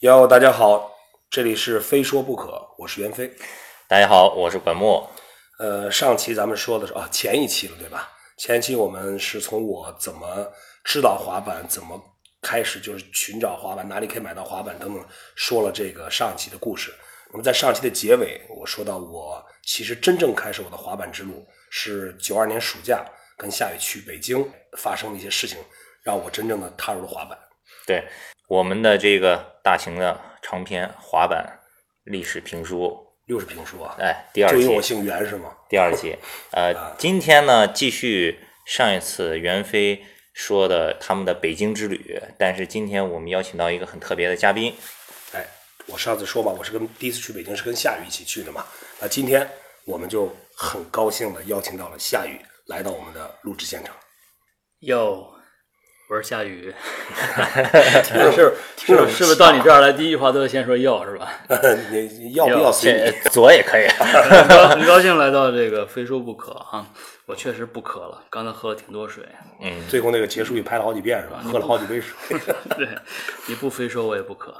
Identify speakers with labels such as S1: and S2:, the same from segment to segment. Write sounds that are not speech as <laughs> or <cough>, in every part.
S1: 哟，大家好，这里是非说不可，我是袁飞。
S2: 大家好，我是管墨。
S1: 呃，上期咱们说的是啊，前一期了，对吧？前一期我们是从我怎么知道滑板，怎么开始就是寻找滑板，哪里可以买到滑板等等，说了这个上期的故事。那么在上期的结尾，我说到我其实真正开始我的滑板之路是九二年暑假跟夏雨去北京发生的一些事情，让我真正的踏入了滑板。
S2: 对我们的这个大型的长篇滑板历史评书，
S1: 又是评书啊，
S2: 哎，第二
S1: 就因为我
S2: 集，
S1: 姓啊袁是吗？
S2: 第二集，呃，今天呢，继续上一次袁飞说的他们的北京之旅，但是今天我们邀请到一个很特别的嘉宾，
S1: 哎，我上次说嘛，我是跟第一次去北京是跟夏雨一起去的嘛。那今天我们就很高兴的邀请到了夏雨来到我们的录制现场。
S3: 哟，我是夏雨，
S1: 听着是听着
S3: 是不是到你这儿来第一句话都得先说哟是吧？
S1: <laughs> 你要不要随你？
S2: 这呃左也可
S3: 哎 <laughs>
S2: 以，
S3: 很高很高兴来到这个非说不可啊！我确实不渴了，刚才喝了挺多水。 <laughs>
S1: 最后那个结束语拍了好几遍是吧？
S3: 嗯
S1: 喝了好几杯水。
S3: 对，你不非说我也不渴。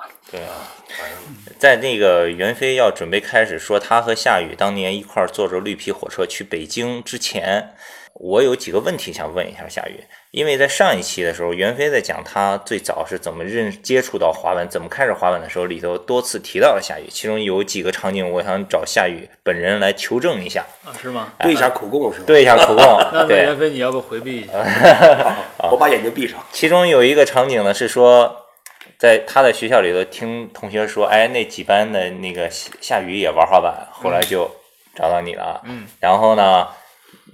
S3: 嗯
S2: 在那个袁飞要准备开始说他和夏雨当年一块儿坐着绿皮火车去北京之前，我有几个问题想问一下夏雨，因为在上一期的时候，袁飞在讲他最早是怎么认接触到滑板、怎么开始滑板的时候，里头多次提到了夏雨，其中有几个场景，我想找夏雨本人来求证一下，
S3: 啊，是吗？
S1: <laughs> 对一下口供是吧？，
S2: 对一下口
S3: 那
S2: 供。
S3: 那
S2: 对
S3: 袁，飞，你要不回避一下？
S1: 我把眼睛闭上。
S2: 其中有一个场景呢是说。在他在学校里头听同学说，哎，那几班的那个夏夏雨也玩滑板，后来就找到你了啊。
S3: 嗯，
S2: 然后呢，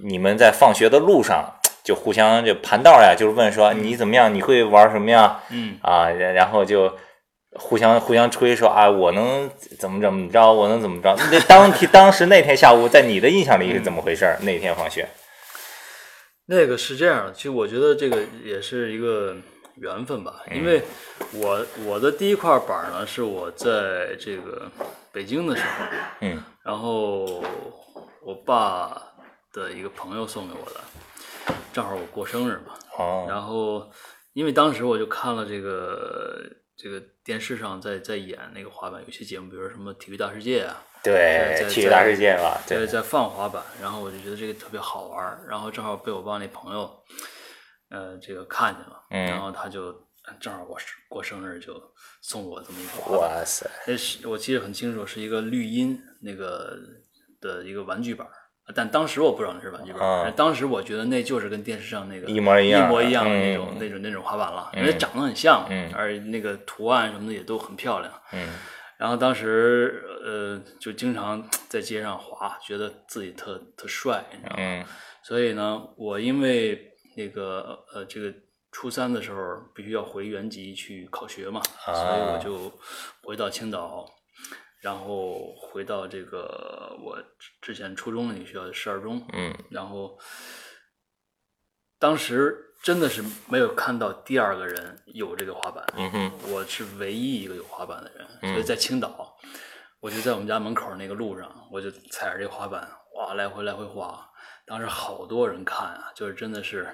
S2: 你们在放学的路上就互相就盘道呀，就是问说你怎么样，你会玩什么呀？
S3: 嗯
S2: 啊，然然后就互相互相吹说啊，我能怎么怎么着，我能怎么着？那当天 <laughs> 当时那天下午，在你的印象里是怎么回事？那天放学，
S3: 那个是这样的，其实我觉得这个也是一个缘分吧，
S2: 哎
S3: 因为我我的第一块板儿呢是我在这个北京的时候，
S2: 嗯，
S3: 然后我爸的一个朋友送给我的，正好我过生日嘛，
S2: 哦，
S3: 然后因为当时我就看了这个这个电视上在在演那个滑板有些节目，比如什么体育大世界啊，
S2: 对
S3: 在，
S2: 体育大世界嘛，
S3: 在
S2: 对，
S3: 在放滑板，然后我就觉得这个特别好玩儿，然后正好被我爸那朋友，呃，这个看见了，
S2: 嗯
S3: 然后他就正好我是过生日就送我这么一个滑板，
S2: 哇塞，
S3: 那是我记得很清楚，是一个绿茵那个的一个玩具板儿。但当时我不知道那是玩具板儿，
S2: 啊
S3: 但当时我觉得那就是跟电视上那个
S2: 一模一样
S3: 一模一样的
S2: 嗯
S3: 那种、那种那种滑板了，因为长得很像，
S2: 嗯
S3: 而那个图案什么的也都很漂亮。
S2: 嗯，
S3: 然后当时呃，就经常在街上滑，觉得自己特特帅，你知道吗？
S2: 嗯
S3: 所以呢，我因为那个呃，这个初三的时候必须要回原籍去考学嘛，
S2: 啊
S3: 所以我就回到青岛，然后回到这个我之前初中的那个学校十二中，
S2: 嗯，
S3: 然后当时真的是没有看到第二个人有这个滑板，
S2: 嗯哼，
S3: 我是唯一一个有滑板的人，所以在青岛，我就在我们家门口那个路上，我就踩着这个滑板，哇，来回来回滑。当时好多人看啊，就是真的是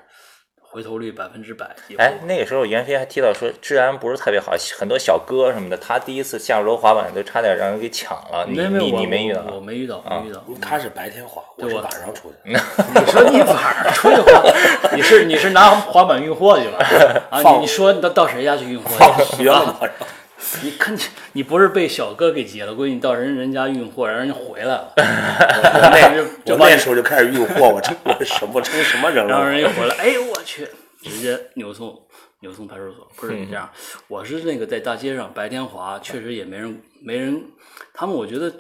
S3: 回头率百分之百。几乎
S2: 哎，那个时候袁飞还提到说治安不是特别好，很多小哥什么的，他第一次下楼滑板都差点让人给抢了，你
S3: 那没有
S2: 你
S3: 我
S2: 你没遇到？
S3: 我我没遇到，没
S1: <laughs>
S3: 遇到。
S1: 他是白天滑，我是晚上出
S3: 嗯
S1: 去，
S3: 你说你晚上出去 <laughs> 滑，你是你是拿滑板运货去了啊？
S1: 放
S3: 你你说你到到谁家去运货去？
S1: 学了晚上。
S3: 你看你你不是被小哥给劫了，估计你到人人家运货，然后人家回来了，
S1: 我
S3: 就
S1: 那我那时候就开始运货，我这我什么成什么人
S3: 然后人
S1: 了？
S3: 一
S2: <laughs>
S3: 回来，哎，我去，直接扭送扭送派出所。不是你这样，
S2: 嗯
S3: 我是那个在大街上白天滑，确实也没人没人，他们我觉得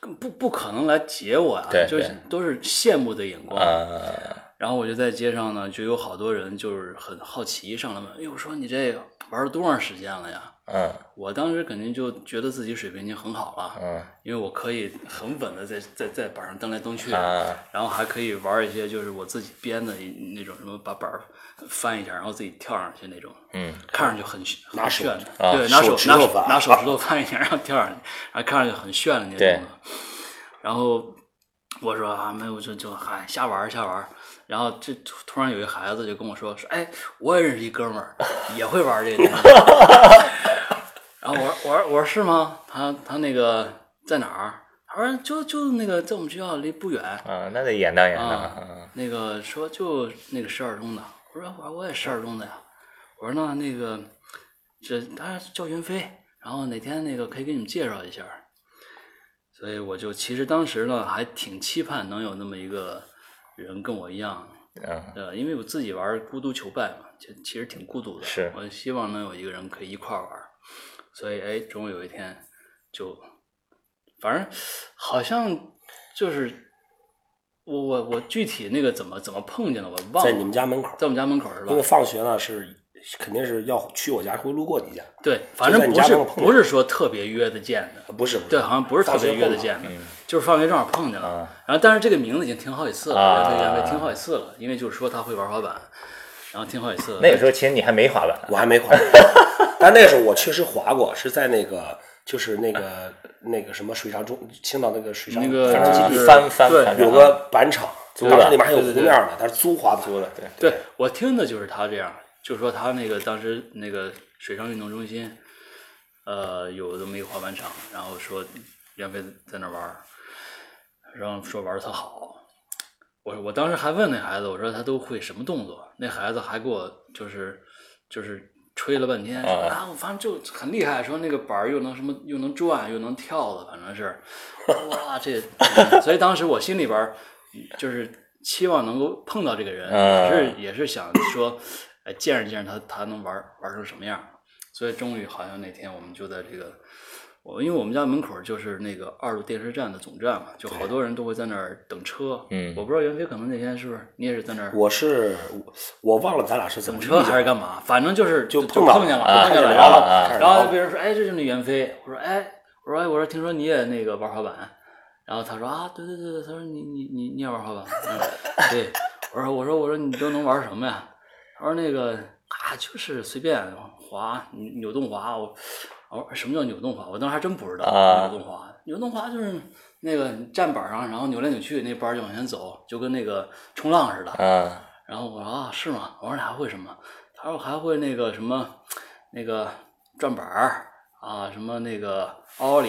S3: 更不不可能来截我呀、
S2: 对
S3: 就是
S2: 对
S3: 都是羡慕的眼光。
S2: 呃，
S3: 然后我就在街上呢，就有好多人就是很好奇上来问，哎呦，我说你这玩了多长时间了呀？
S2: 嗯
S3: 我当时肯定就觉得自己水平已经很好了，
S2: 嗯
S3: 因为我可以很稳的在在在板上蹬来蹬去，
S2: 啊，
S3: 然后还可以玩一些就是我自己编的一那种什么把板儿翻一下，然后自己跳上去那种，
S2: 嗯，
S3: 看上去很炫
S1: 拿
S3: 很
S1: 手
S3: 炫的，
S2: 啊
S3: 对，拿
S1: 手
S3: 手
S1: 指
S3: 拿
S1: 头
S3: 手
S1: 翻
S3: 拿手指头翻一下，然后跳上去，然后看上去很炫的那种
S2: 对
S3: 的。然后我说啊，没有，就就嗨，瞎玩儿瞎玩儿。然后这突突然有一孩子
S1: <laughs>
S3: 就跟我说说，哎，我也认识一哥们儿，也会玩这个东西。然后我说我说我说是吗？他他那个在哪儿？他说就就那个在我们学校离不远
S2: 啊，那得严当严
S3: 啊
S2: 当。嗯。
S3: 那个说就那个十二中的，我说我我也十二中的呀。我说那那个这他叫云飞，然后哪天那个可以给你们介绍一下。所以我就其实当时呢还挺期盼能有那么一个人跟我一样，
S2: 嗯
S3: 呃，因为我自己玩孤独求败嘛，其其实挺孤独的。
S2: 是
S3: 我希望能有一个人可以一块儿玩儿，所以哎，终于有一天就，反正好像就是我我我具体那个怎么怎么碰见的我忘了，
S1: 在你们家门口，
S3: 在我们家门口是吧
S1: 因为？放学呢是肯定是要去我家，会路过你家，
S3: 对，反正
S1: 在你
S3: 不
S1: 家
S3: 是
S1: 门口碰见
S3: 不是说特别约的见的，
S1: 呃不是不是，
S3: 对，好像不是特
S1: 放学
S3: 别约
S1: 后啊
S3: 的
S1: 嘛
S3: 见的，就是放学正好碰见了。然后，但是这个名字已经听好几次了，
S2: 啊
S3: 对杨飞听好几次了，因为就是说他会玩滑板，然后听好几次了。
S2: 那个时候其实你还没滑板，
S1: 我还没滑， <laughs> 但那时候我确实滑过，是在那个就是那个那个什么水上中青岛那个水上
S3: 那个
S1: 反正
S2: 啊
S1: 基地
S2: 翻翻
S3: 对
S2: 翻
S1: 有个板场，
S2: 租
S1: 当
S2: 的
S1: 时里面还有湖面呢，它是租滑板
S2: 租的，对，
S3: 对我听的就是他这样，就说他那个当时那个水上运动中心，呃，有这么一个滑板场，然后说袁飞在那玩儿，然后说玩的特好。我我当时还问那孩子，我说他都会什么动作？那孩子还给我就是就是吹了半天，说
S2: 啊
S3: 啊，我反正就很厉害，说那个板儿又能什么又能转又能跳的，反正是，哇，这，所以当时我心里边儿就是期望能够碰到这个人，
S2: 嗯
S3: 也是也是想说，哎，见识见识他，他能玩儿玩成什么样儿。所以终于好像那天我们就在这个，我因为我们家门口就是那个二路电视站的总站嘛，就好多人都会在那儿等车。
S2: 嗯
S3: 我不知道袁飞可能那天是不是你也是在那儿
S1: 我是我忘了咱俩是怎么
S3: 等
S1: 遇
S3: 车
S1: 见
S3: 还是干嘛，反正就是
S1: 就
S3: 就
S1: 到
S3: 碰见了，
S2: 啊
S3: 碰见了，
S2: 碰见
S3: 然
S2: 了
S3: 后
S2: 啊
S1: 开始
S3: 然
S1: 聊
S3: 后别人说，哎，这就是那袁飞。我说，哎，我说，哎，我说，听说你也那个玩滑板。然后他说啊，对对对对，他说你你你你也玩滑板？嗯，对。我说我说我说你都能玩什么呀？他说那个啊，就是随便滑，扭扭动滑。我我说什么叫扭动滑？我当时还真不知道、
S2: 啊
S3: 扭动滑。扭动滑就是那个你站板上，然后扭来扭去，那板儿就往前走，就跟那个冲浪似的。
S2: 嗯，
S3: 然后我说啊，是吗？我说你还会什么？他说我还会那个什么，那个转板儿啊，什么那个奥利。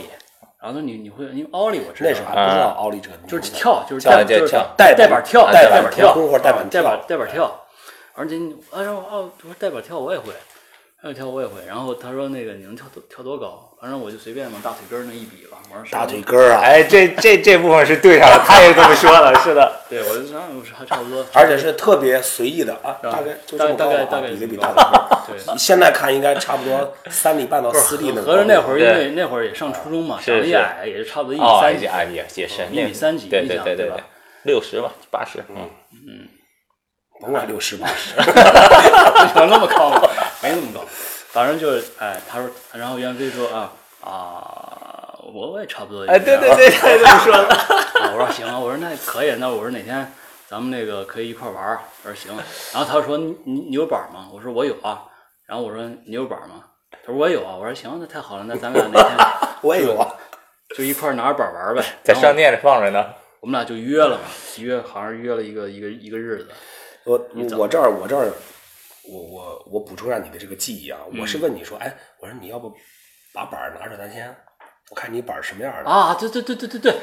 S3: 然后他说你你会，因为奥利我知道，啊
S1: 那时候还不知道奥利这个名字
S3: 就
S1: 呢，
S3: 是跳，就是
S2: 跳
S3: 带
S2: 就
S3: 就是
S2: 跳
S3: 带
S1: 带
S3: 板
S1: 板啊
S3: 跳，
S1: 带
S3: 带
S1: 板
S3: 板
S1: 跳空或者带板
S3: 带板
S1: 跳
S3: 带板跳。而且你，他说哦，我说带板跳我也会，带板跳我也会。然后他说那个你能跳多跳多高？反正我就随便往大腿根儿那一比吧。我说是
S1: 大腿根儿啊，
S2: 哎，这这这部分是对上
S3: <laughs>
S2: 了，他也这么说了，是的，
S3: 对，我就说啊我说还差不多。
S1: 而且是特别随意的啊，
S3: 是吧
S1: 大概就这么
S3: 大
S1: 高
S3: 概
S1: 啊
S3: 大概
S1: 比了比
S3: 这
S1: 大
S3: 么
S1: 腿根儿。
S3: 对，
S1: 现在看应该差不多三米半到四米那
S3: 合着那会
S1: 儿
S3: 儿因为那会儿也上初中嘛，
S2: 是
S3: 长得也
S2: 是
S3: 矮，也就差不多一米
S2: 哦，
S3: 三
S2: 也
S3: 几。
S2: 啊也也是
S3: 一米
S2: 那
S3: 三几
S2: 对
S3: 一
S2: 对
S3: 米
S2: 对
S3: 对
S2: 对
S3: 吧，
S2: 六十吧，八十，嗯，
S1: 甭管六十八
S3: <laughs>
S1: 十，
S3: 有那么高吗？没那么高，反正就是哎，他说，然后袁飞说啊啊，我我也差不多。
S2: 哎，对对，对，他也这么说的，
S3: 啊我说行，我说那可以，那我说哪天咱们那个可以一块儿玩儿。我说行，然后他说你你你有板儿吗？我说我有啊。然后我说你有板儿吗？他说我有啊。我说行，那太好了，那咱们俩哪天
S1: <laughs> 我也有啊。
S3: 嗯就一块儿拿着板儿玩儿呗。
S2: <laughs> 在
S3: 然后
S2: 商店里放着呢，
S3: 我们俩就约了嘛，约好像是约了一个一个一个日子。
S1: 我我这儿我这儿，我我我补充一下你的这个记忆啊，我
S3: 嗯
S1: 是问你说，哎，我说你要不把板儿拿着，咱先，我看你板儿什么样的。
S3: 啊，对对对对对对，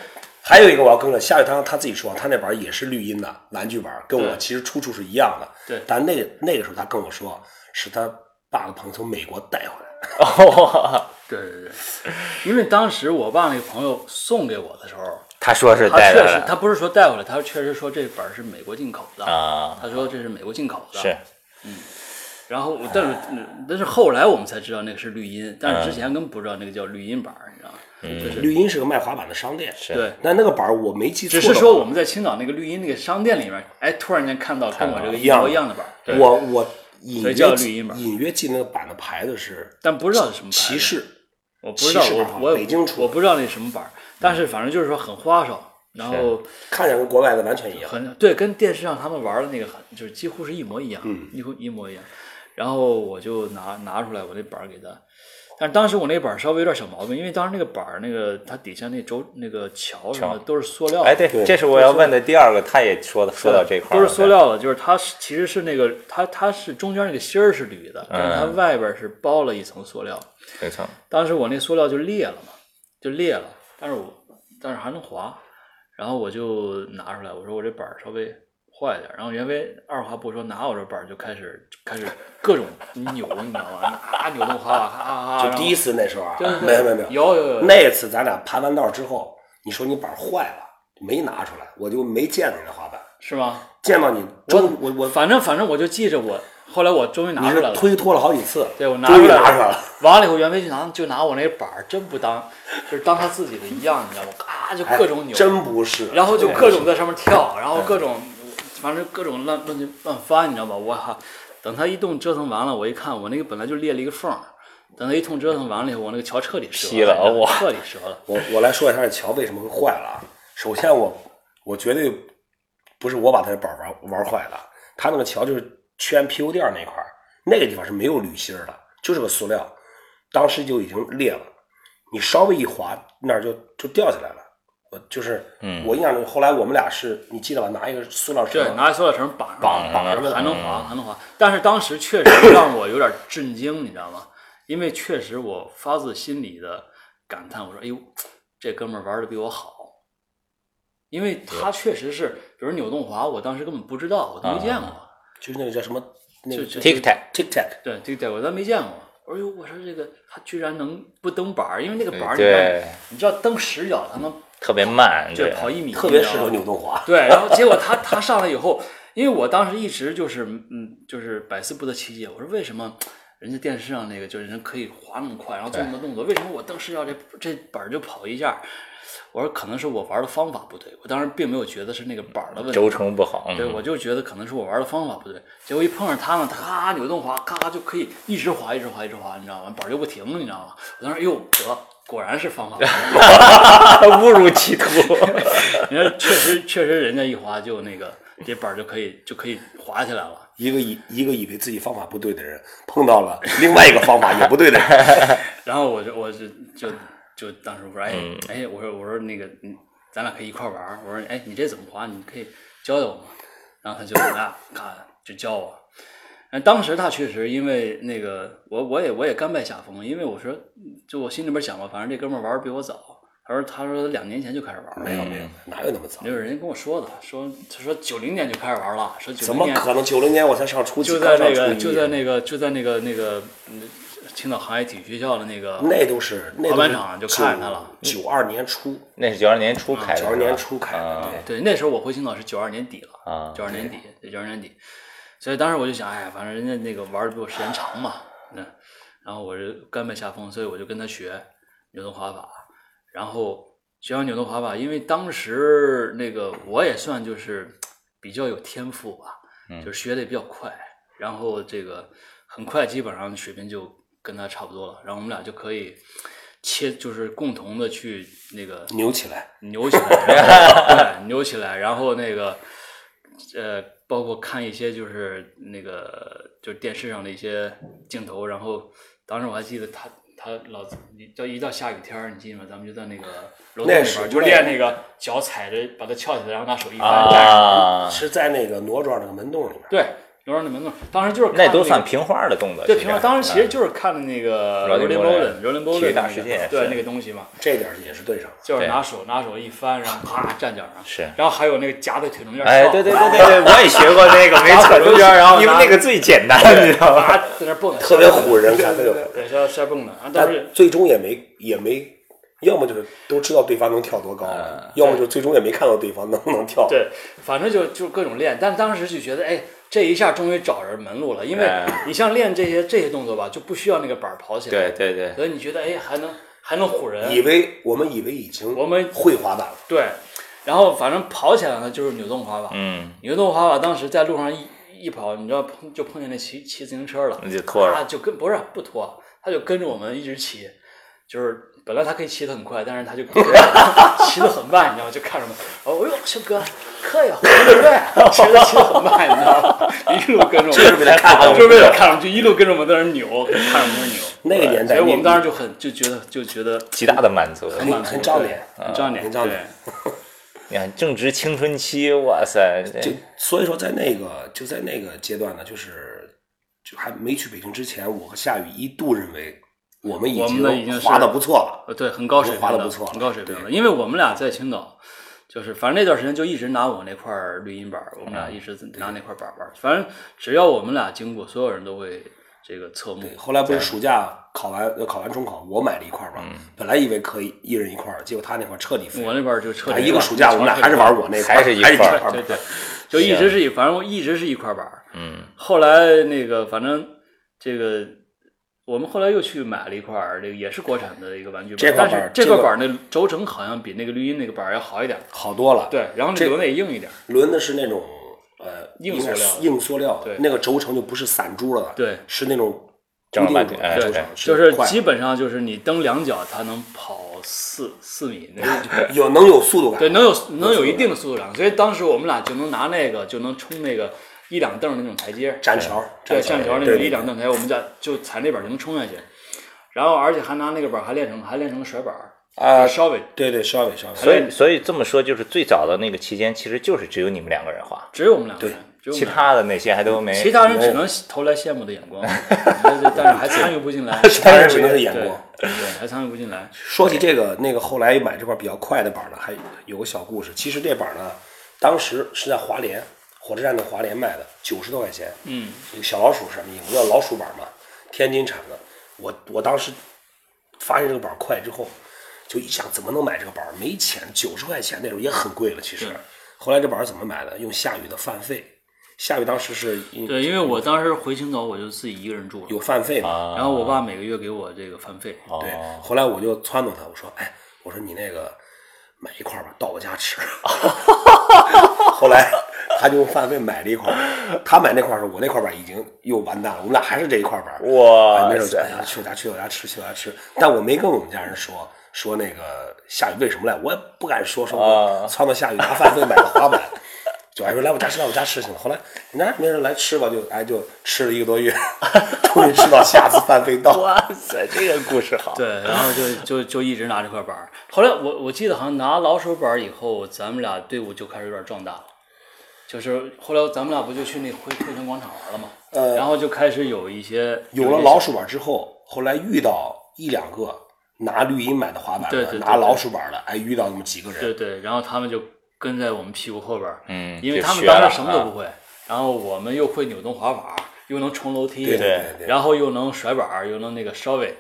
S1: 还有一个我要更正，夏雨堂他自己说，他那板儿也是绿茵的蓝锯板儿，跟我
S3: 对
S1: 其实出处是一样的。
S3: 对
S1: 但那个那个时候他跟我说，是他爸的朋友从美国带回来的。
S2: 哦， <laughs>
S3: 对对对，因为当时我爸那个朋友送给我的时候，
S2: 他说是
S3: 他
S2: 带
S3: 确
S2: 着
S3: 实
S2: 了
S3: 他不是说带回来，他确实说这本儿是美国进口的，
S2: 啊，
S3: 他说这是美国进口的。
S2: 是。
S3: 然后我，但是嗯但是后来我们才知道那个是绿茵，但是之前根本不知道那个叫绿茵板儿，你知道吗？就是
S1: 绿茵是个卖滑板的商店，
S2: 是
S3: 嗯对，
S1: 那那个板儿我没记错
S3: 只
S1: 的话，
S3: 是说我们在青岛那个绿茵那个商店里面，哎，突然间看到跟我这个一模一样的板儿，对
S1: 我我隐
S3: 所
S1: 约
S3: 以叫绿
S1: 记
S3: 茵板儿
S1: 隐约记得那个板的牌子是
S3: 但不知道是什么牌子
S1: 骑士。
S3: 我不知道，
S1: 骑士
S3: 我
S1: 板儿
S3: 我
S1: 北京出
S3: 我不知道那什么板儿，但是反正就是说很花哨，然后
S1: 看起来跟国外的完全一样。
S3: 很对，跟电视上他们玩的那个很就是几
S2: 嗯
S3: 乎是一模一样，一乎一模一样。然后我就拿拿出来我那板儿给他，但是当时我那个板儿稍微有点小毛病，因为当时那个板儿那个它底下那轴那个桥什么
S2: 桥
S3: 的都是塑料的，
S2: 哎，对，
S1: 对
S2: 这是我要问的第二个，他也说的说到这块儿
S3: 都
S2: 了，
S3: 是塑料的，就是它是其实是那个它它是中间那个芯儿是铝的，但是
S2: 嗯
S3: 它外边是包了一层塑料。
S2: 对，没错，
S3: 当时我那塑料就裂了嘛，就裂了，但是我但是还能滑，然后我就拿出来，我说我这板儿稍微坏点儿，然后袁飞二话不说拿我这板儿就开始开始各种扭，你知道吗？啊，扭动滑滑，啊啊，
S1: 就第一次那时候啊，
S3: 对对
S1: 没有没有没有，
S3: 有有有有
S1: 那次咱俩盘完道之后，你说你板儿坏了，没拿出来，我就没见你的滑板，
S3: 是吗？
S1: 见到你
S3: 我
S1: 终我
S3: 我反正反正我就记着我，后来我终于
S1: 你
S3: 拿出
S1: 是
S3: 来了。
S1: 推脱了好几次，
S3: 对我拿
S1: 终于
S3: 出来
S1: 拿出来了，
S3: 完了以后，袁飞就拿就拿我那板儿，真不当，就是当他自己的一样，你知道吗？咔就
S1: 哎
S3: 各种扭，
S1: 真不是，
S3: 然后就各种在上面跳，然后各种，反正各种乱乱七乱翻，你知道吧？我靠！等他一动折腾完了，我一看，我那个本来就裂了一个缝儿，等他一通折腾完了以后，我那个桥彻底
S2: 劈
S3: 折
S2: 了
S3: 了，
S2: 哇
S3: 彻底折了。
S1: 我我来说一下这桥为什么会坏了啊。首先我，我绝对不是我把他的板玩玩坏了，他那个桥就是圈 PU 垫儿那块儿，那个地方是没有铝芯儿的，就是个塑料，当时就已经裂了，你稍微一滑那儿就就掉下来了。我就是，
S2: 嗯
S1: 我印象中后来我们俩是你记得吧，拿一个塑料绳
S3: 对，拿塑料绳绑上
S1: 绑
S2: 绑
S3: 上
S2: 上
S3: 还能滑
S2: 嗯
S3: 还能滑。但是当时确实让我有点震惊，你知道吗？因为确实我发自心里的感叹，我说：“哎呦，这哥们儿玩的比我好。”因为他确实是，比如扭动滑，我当时根本不知道，我都没
S2: 嗯
S3: 见过。
S1: 就是那个叫什么那个
S3: 就就
S2: tic tac，
S1: tic tac，
S3: 对，这个我咱没见过。我说：“哎呦，我说这个他居然能不蹬板儿，因为那个板儿，你知
S2: 对
S3: 道，，你知道蹬十脚他能
S2: 特别慢，
S3: 就
S2: 对，
S3: 跑一米，
S1: 特别
S3: 你知
S1: 适
S3: 道
S1: 合
S3: 吗
S1: 扭动滑。
S3: 对，然后结果他他上来以后，因为我当时一直就是嗯，就是百思不得其解，我说为什么人家电视上那个就是人可以滑那么快，然后做那么多动作，为什么我当时要这这板儿就跑一下？我说可能是我玩的方法不对，我当时并没有觉得是那个板儿的问题
S2: 轴。承不好，嗯
S3: 对，我就觉得可能是我玩的方法不对，结果一碰上他呢，咔扭动滑，咔就可以一直滑，一直滑，一直滑，你知道吗？板儿就不停，你知道吗？我当时，哎呦，得，果然是方法不对。
S2: <laughs> 误入歧途，
S3: 人家确实确实，人家一滑就那个这板儿就可以就可以滑起来了。
S1: 一个以一个以为自己方法不对的人，碰到了另外一个方法也不对的人，
S3: 然后我就我就就就当时我说哎、哎，我说我说那个嗯咱俩可以一块儿玩儿。我说哎你这怎么滑？你可以教教我吗？然后他就那咔就教我。但当时他确实因为那个我我也我也甘拜下风，因为我说就我心里边想吧，反正这哥们儿玩儿比我早。他说他说两年前就开始玩儿
S1: 没
S3: 了。
S1: 有没有，哪有那么早？
S3: 就是人家跟我说的，说他说九零年就开始玩儿了，说九
S1: 怎
S3: 零
S1: 么
S3: 年
S1: 可能？九零年我才上初几，
S3: 就在
S1: 刚
S3: 那
S1: 上
S3: 个
S1: 初一
S3: 就在那个就在那个那个嗯青岛航海体育学校的那个
S1: 那都是那
S3: 滑
S1: 都
S3: 板
S1: 是
S3: 场就看着他了。
S1: 九二年初，
S2: 那是九二年初
S3: 啊
S2: 开的，
S1: 九二年初开的，
S2: 啊
S1: 对，
S3: 对，那时候我回青岛是九二年底了，
S2: 啊，
S3: 九二年底，对九二年底，所以当时我就想，哎，反正人家那个玩的比我时间长嘛，嗯，然后我就甘拜下风，所以我就跟他学扭动滑法，然后学完扭动滑法，因为当时那个我也算就是比较有天赋吧，
S2: 嗯
S3: 就是学的也比较快，然后这个很快基本上水平就跟他差不多了，然后我们俩就可以切，就是共同的去那个
S1: 扭起来，
S3: 扭起来，对，扭起来，然后那个，呃，包括看一些就是那个就是电视上的一些镜头，然后当时我还记得他他老到一到下雨天儿，你记得吗？咱们就在那个楼道
S1: 那
S3: 里
S1: 是
S3: 边儿就练那个脚踩着把它翘起来，然后拿手一翻，
S2: 啊，
S1: 是在那个挪庄那个门洞里面，
S3: 对，楼上的门洞，当时就是看
S2: 那都
S3: 个
S2: 算平花的动作，
S3: 对，
S2: 其实
S3: 平常当时其实就是看的那个
S2: Rolling Bowling，
S3: Rolling
S2: 体
S3: Bowling
S2: 育大
S3: 那个
S2: 世界
S3: 对
S2: 是
S3: 那个东西嘛，
S1: 这点儿也是对上了。
S3: 就是
S2: 对
S3: 拿手拿手一翻，然后
S2: <laughs>
S3: 啪站脚上，
S2: 是
S3: 然后还有那个夹在腿中间，
S2: 哎，对对
S3: 啊
S2: 对对对，我也学过那个，没错，中间然后因为那个最简单，你知道吧？
S3: <laughs> 啪在那
S2: <laughs>
S3: 蹦， <laughs>
S1: 特别唬人，看这个，
S3: 对，摔摔蹦的，啊，但
S1: 但
S3: 是
S1: 最终也没也没，要么就是都知道对方能跳多高，要么就最终也没看到对方能不能跳。
S3: 对，反正就就各种练，但当时就觉得，哎，这一下终于找着门路了，因为
S2: 哎
S3: 你像练这些这些动作吧，就不需要那个板儿跑起来，
S2: 对对对，
S3: 所以你觉得，哎，还能还能唬人，
S1: 以为我们以为已经
S3: 我们
S1: 会滑板了，
S3: 对，然后反正跑起来呢就是扭动滑板，
S2: 嗯，
S3: 扭动滑板当时在路上一一跑，你知道碰就碰见那骑骑自行车了，
S2: 那就拖
S3: 他
S2: 着，
S3: 就跟不是不拖，他就跟着我们一直骑，就是 <laughs> 本来他可以骑得很快，但是他就骑得很慢，你知道吗？就看着我们，哦，哎呦，小哥，可以，对，骑的骑得很慢，你知道吗？一路跟着我们，
S2: 就是为了看我们
S3: 就是为了看我们，就一路跟着我们在那儿扭，看着我们扭。
S1: 那个年代
S3: 所以我
S1: 你
S3: 们当时就很就觉得就觉得
S2: 极大的满足。
S3: 很
S1: 很
S3: 满足
S1: 很照脸
S3: 对很照脸，
S1: 很照
S3: 对
S1: 脸，
S2: 你看，正值青春期，哇塞，
S3: 哎
S1: 就所以说，在那个就在那个阶段呢，就是就还没去北京之前，我和夏雨一度认为我们已
S3: 我们的已经是
S1: 滑的不错了。
S3: 呃，对，很高水
S1: 划
S3: 平
S1: 得
S3: 的，
S1: 不错了
S3: 很高水平的。
S1: 对
S3: 因为我们俩在青岛，就是反正那段时间就一直拿我那块儿绿茵板儿，我们俩
S1: 嗯
S3: 一直拿那块板儿玩儿。反正只要我们俩经过，所有人都会这个侧目
S1: 对，。后来不是暑假考完呃考完中考，我买了一块儿嘛，本来以为可以一人一块儿，结果他那块儿彻底废了。
S3: 嗯我那边儿就彻
S1: 啊
S3: 底
S1: 一个暑假我们俩还是玩我那块儿，
S2: 还是一块儿
S1: 儿
S3: 对对，就一直是一，反正我一直是一块板儿。
S2: 嗯，
S3: 后来那个，反正这个，我们后来又去买了一块儿，这个也是国产的一个玩具
S1: 这块
S3: 板，但
S1: 板儿
S3: 是这
S1: 这
S3: 块
S1: 个
S3: 板儿那轴承好像比那个绿茵那个板儿要好一点儿。
S1: 好多了。，
S3: 对，然后那轮子也硬一点儿。
S1: 轮的是那种呃
S3: 硬
S1: 应该是
S3: 塑料的
S1: 硬塑料的
S3: 对
S1: 那个轴承就不是散珠了的，
S3: 对
S1: 是那种
S2: 正儿八经
S1: 固定
S2: 哎
S1: 的轴
S2: 对
S1: 承，
S3: 就是
S1: 快
S3: 基本上就是你蹬两脚，它能跑四四米那种
S1: 有能有速度感。
S3: 对，能有能有一定的速度感，所以当时我们俩就能拿那个就能冲那个一两凳儿那种台阶，
S1: 粘条，
S3: 对，
S1: 粘
S3: 像条那
S1: 对
S3: 种一两凳台，我们家就踩那板就能冲下去，然后而且还拿那个板还练成还练成甩板儿
S1: 啊
S3: 就稍微
S1: 对对，稍微稍微。
S2: 所以所以这么说，就是最早的那个期间，其实就是只有你们两个人滑，
S3: 只有我们两个人，只有我
S2: 其
S3: 们俩
S2: 他的那些还都没。
S3: 嗯人其他人只能投来羡慕的眼光，对对但是还参与不进来，
S1: 其他人只能是眼
S3: 对
S1: 光。
S3: 对，还参与不进来。
S1: 说起这个，那个后来买这块比较快的板呢，还有个小故事。其实这板呢，当时是在华联火车站的华联卖的，九十多块钱。
S3: 嗯，
S1: 这个小老鼠什么我们叫老鼠板嘛，天津产的。我我当时发现这个板快之后，就一想怎么能买这个板？没钱，九十块钱那时候也很贵了。其实
S3: 对
S1: 后来这板怎么买的？用夏雨的饭费。夏雨当时是
S3: 对，因为我当时回青岛，我就自己一个人住了，
S1: 有饭费嘛，
S2: 啊，
S3: 然后我爸每个月给我这个饭费，
S1: 对
S2: 哦，
S1: 后来我就撺掇他，我说：“哎，我说你那个买一块儿吧，到我家
S2: <laughs>
S1: 吃。”后来他就用饭费买了一块儿，他买那块儿时候，我那块儿板已经又完蛋了，我们俩还是这一块儿板。
S2: 哇
S1: 啊那时候就哎呀，去我家吃，去我家吃，去我家吃。但我没跟我们家人说说那个夏雨为什么来，我也不敢说，说
S2: 啊
S1: 我撺掇夏雨拿饭费买的滑板。就还说来我家吃，来我家吃行了。后来人家没人来吃吧，就哎就吃了一个多月， <laughs> 终于吃到下次饭费到。
S2: 哇塞，这个故事好。
S3: 对，然后
S2: <laughs>
S3: 就就就一直拿这块板儿。后来我我记得好像拿老手板儿以后，咱们俩队伍就开始有点壮大了。就是后来咱们俩不就去那汇汇泉广场玩了嘛，
S2: 呃
S3: 然后就开始有一些
S1: 有了
S3: 一些
S1: 老鼠板之后，后来遇到一两个拿绿茵买的滑板的，
S3: 对对对
S1: 拿老鼠板的，哎，遇到那么几个
S3: 对
S1: 人，
S3: 对，然后他们就跟在我们屁股后边儿，
S2: 嗯
S3: 因为
S2: 就
S3: 他们
S2: 学
S3: 当
S2: 了
S3: 时什么都不会，然后我们又会扭动滑板儿，又能冲楼梯，
S1: 对
S2: 对
S1: 对
S3: 然后又能甩板儿，又能那个稍微。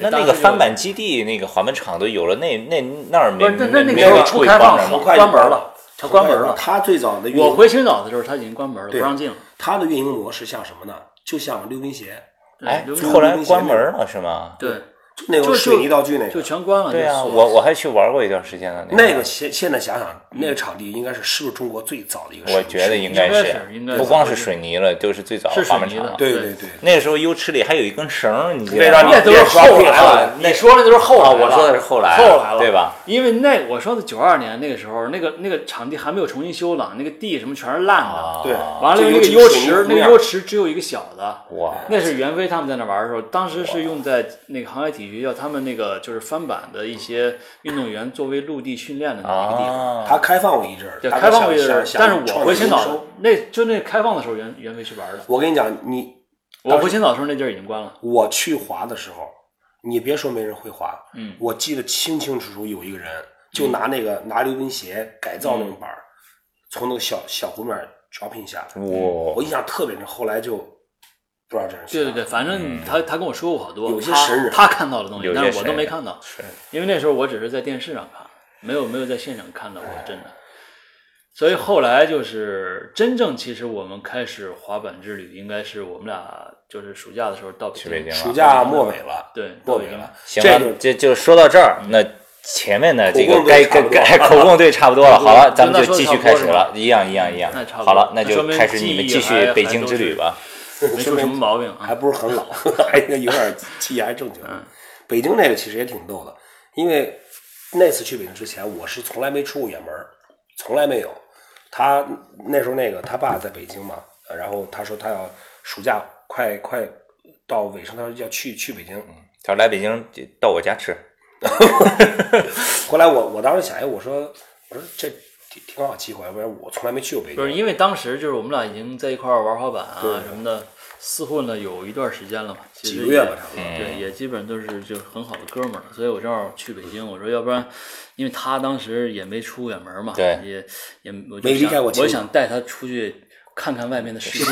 S2: 那那
S3: 当
S2: 个
S3: 时就
S2: 翻板基地、那个滑板场都有了，那那那儿没
S3: 不是那那那
S2: 没
S3: 个
S2: 没
S3: 时候
S2: 有
S3: 不
S2: 处理
S3: 开
S2: 方
S3: 放
S2: 面
S1: 快
S2: 吗？
S3: 了，关门了，他
S1: 他
S3: 关门了。
S1: 他最早的运
S3: 我
S1: 营，
S3: 回青岛的时候，他已经关门了，不让进了。
S1: 他的运营模式像什么呢？就像溜冰鞋，
S3: 对
S2: 哎
S3: 留，不住
S2: 后来关门了是吗？
S3: 对，
S1: 就那
S3: 就
S1: 种水泥道具那
S3: 就
S1: 个。
S3: 全关了。
S2: 对
S3: 就
S2: 啊，
S3: 锁
S2: 我我还去玩过一段时间的
S1: 那
S2: 个
S1: 个现现在想想，那个场地应该是是不是中国最早的一个水泥
S2: 我
S1: 池？
S2: 觉得应
S3: 应该
S2: 是
S3: 是应该是
S2: 不光是水泥了，就是最早
S3: 是
S2: 滑
S3: 水
S2: 板
S3: 泥的
S2: 场。
S1: 对
S3: 对
S1: 对对，
S2: 那个时候优池里还有一根绳儿，你记
S1: 为
S2: 得
S1: 了
S2: 吗
S1: 让
S3: 那都是后来了，
S2: 那
S3: 你说的都是后来
S2: 啊，
S3: 了
S2: 我说的是后来，
S3: 后来了，
S2: 对？吧？
S3: 因为那我说的九二年那个时候，那个那个场地还没有重新修了，那个地什么全是烂的。
S1: 对
S3: 完了，
S1: 就
S3: 那个
S1: 尤
S3: 优
S1: 其是
S3: 池，
S1: 水泥
S3: 那
S1: 面
S3: 个
S1: 儿
S3: 优池只有一个小的。
S2: 哇，
S3: 那是袁飞他们在那玩的时候，当时是用在那个航海体育学校，他们那个就是翻板的一些运动员作为陆地训练的那么一个地方。
S2: 啊，
S1: 他开放过一阵儿，
S3: 对，
S1: 大概
S3: 开放过一
S1: 想
S3: 阵儿
S1: 想
S3: 但是
S1: 创
S3: 我
S1: 造
S3: 回青
S1: 营
S3: 岛
S1: 收
S3: 那就那开放的时候，袁袁飞去玩的。
S1: 我跟你讲，你
S3: 我回青岛的时候，那地儿已经关了。
S1: 我去滑的时候，你别说没人会滑，
S3: 嗯
S1: 我记得清清楚楚，有一个人就拿那个、拿溜冰鞋改造
S3: 嗯
S1: 那种板儿，从那个小小湖面 dropping 下来，我
S2: 哇，
S1: 印象特别深。后来就不知道这人是
S3: 对对对，
S1: 谁，
S3: 反正他他跟我说过好多，
S1: 有些
S3: 他
S1: 神人
S3: 他看到的东西
S2: 有，些
S3: 但是我
S2: 神
S3: 都没
S2: 人
S3: 看到，
S2: 是
S3: 因为那时候我只是在电视上看，没有没有在现场看到过真的。所以后来就是真正，其实我们开始滑板之旅，应该是我们俩就是暑假的时候到北
S2: 去北京
S1: 暑
S2: 了。
S1: 假末尾了，
S3: 对，
S1: 末
S3: 到
S1: 尾
S3: 北京
S1: 了。，
S2: 行
S1: 这
S2: 了，
S1: 就
S2: 这就说到这儿，那。前面的这个
S1: 口供
S2: 该
S1: 队
S2: 该
S1: 差不多
S2: 该口供对差不多了，
S3: <laughs> 口
S2: 好
S3: 供
S2: 了，咱们
S3: 那
S2: 就
S3: 说
S2: 继
S3: 差
S2: 续
S3: 不
S2: 开
S3: 多
S2: 始
S3: 了
S2: 了，
S3: 吗
S2: 一样一样一样
S3: 那差。不多
S2: 好了，那
S3: 那说
S2: 就
S3: 明
S2: 开始你们
S3: 记
S2: 继
S3: 忆
S2: 续
S3: 还
S2: 北
S3: 还
S2: 京
S3: 都
S2: 之旅
S3: 是
S2: 吧。
S3: 没出什么毛病
S1: <laughs> 还
S3: 啊。嗯
S1: 不是很老，还有点气焰还正经。北京那个其实也挺逗的，因为那次去北京之前，我是从来没出过远门儿，从来没有。他那时候那个他爸在北京嘛，呃然后他说他要暑假快快到尾声，他说要去去北京。
S3: 嗯
S2: 他说来北京到我家吃，
S1: 后来我我当时想，哎，我说我说这挺挺好机会，要不然我从来没去过北
S3: 不是
S1: 京。
S3: 因为当时就是我们俩已经在一块儿玩滑板啊什么的，厮混了有一段时间了嘛，其实
S1: 几个月吧
S3: 也
S1: 差不多
S3: 对，也基本都是就是很好的哥们儿，所以我正好去北京，我说要不然，因为他当时也没出远门嘛，
S2: 对
S3: 也也我就
S1: 没离
S3: 想
S1: 开
S3: 我
S1: 我亲
S3: 就想带他出去看看外面的世界，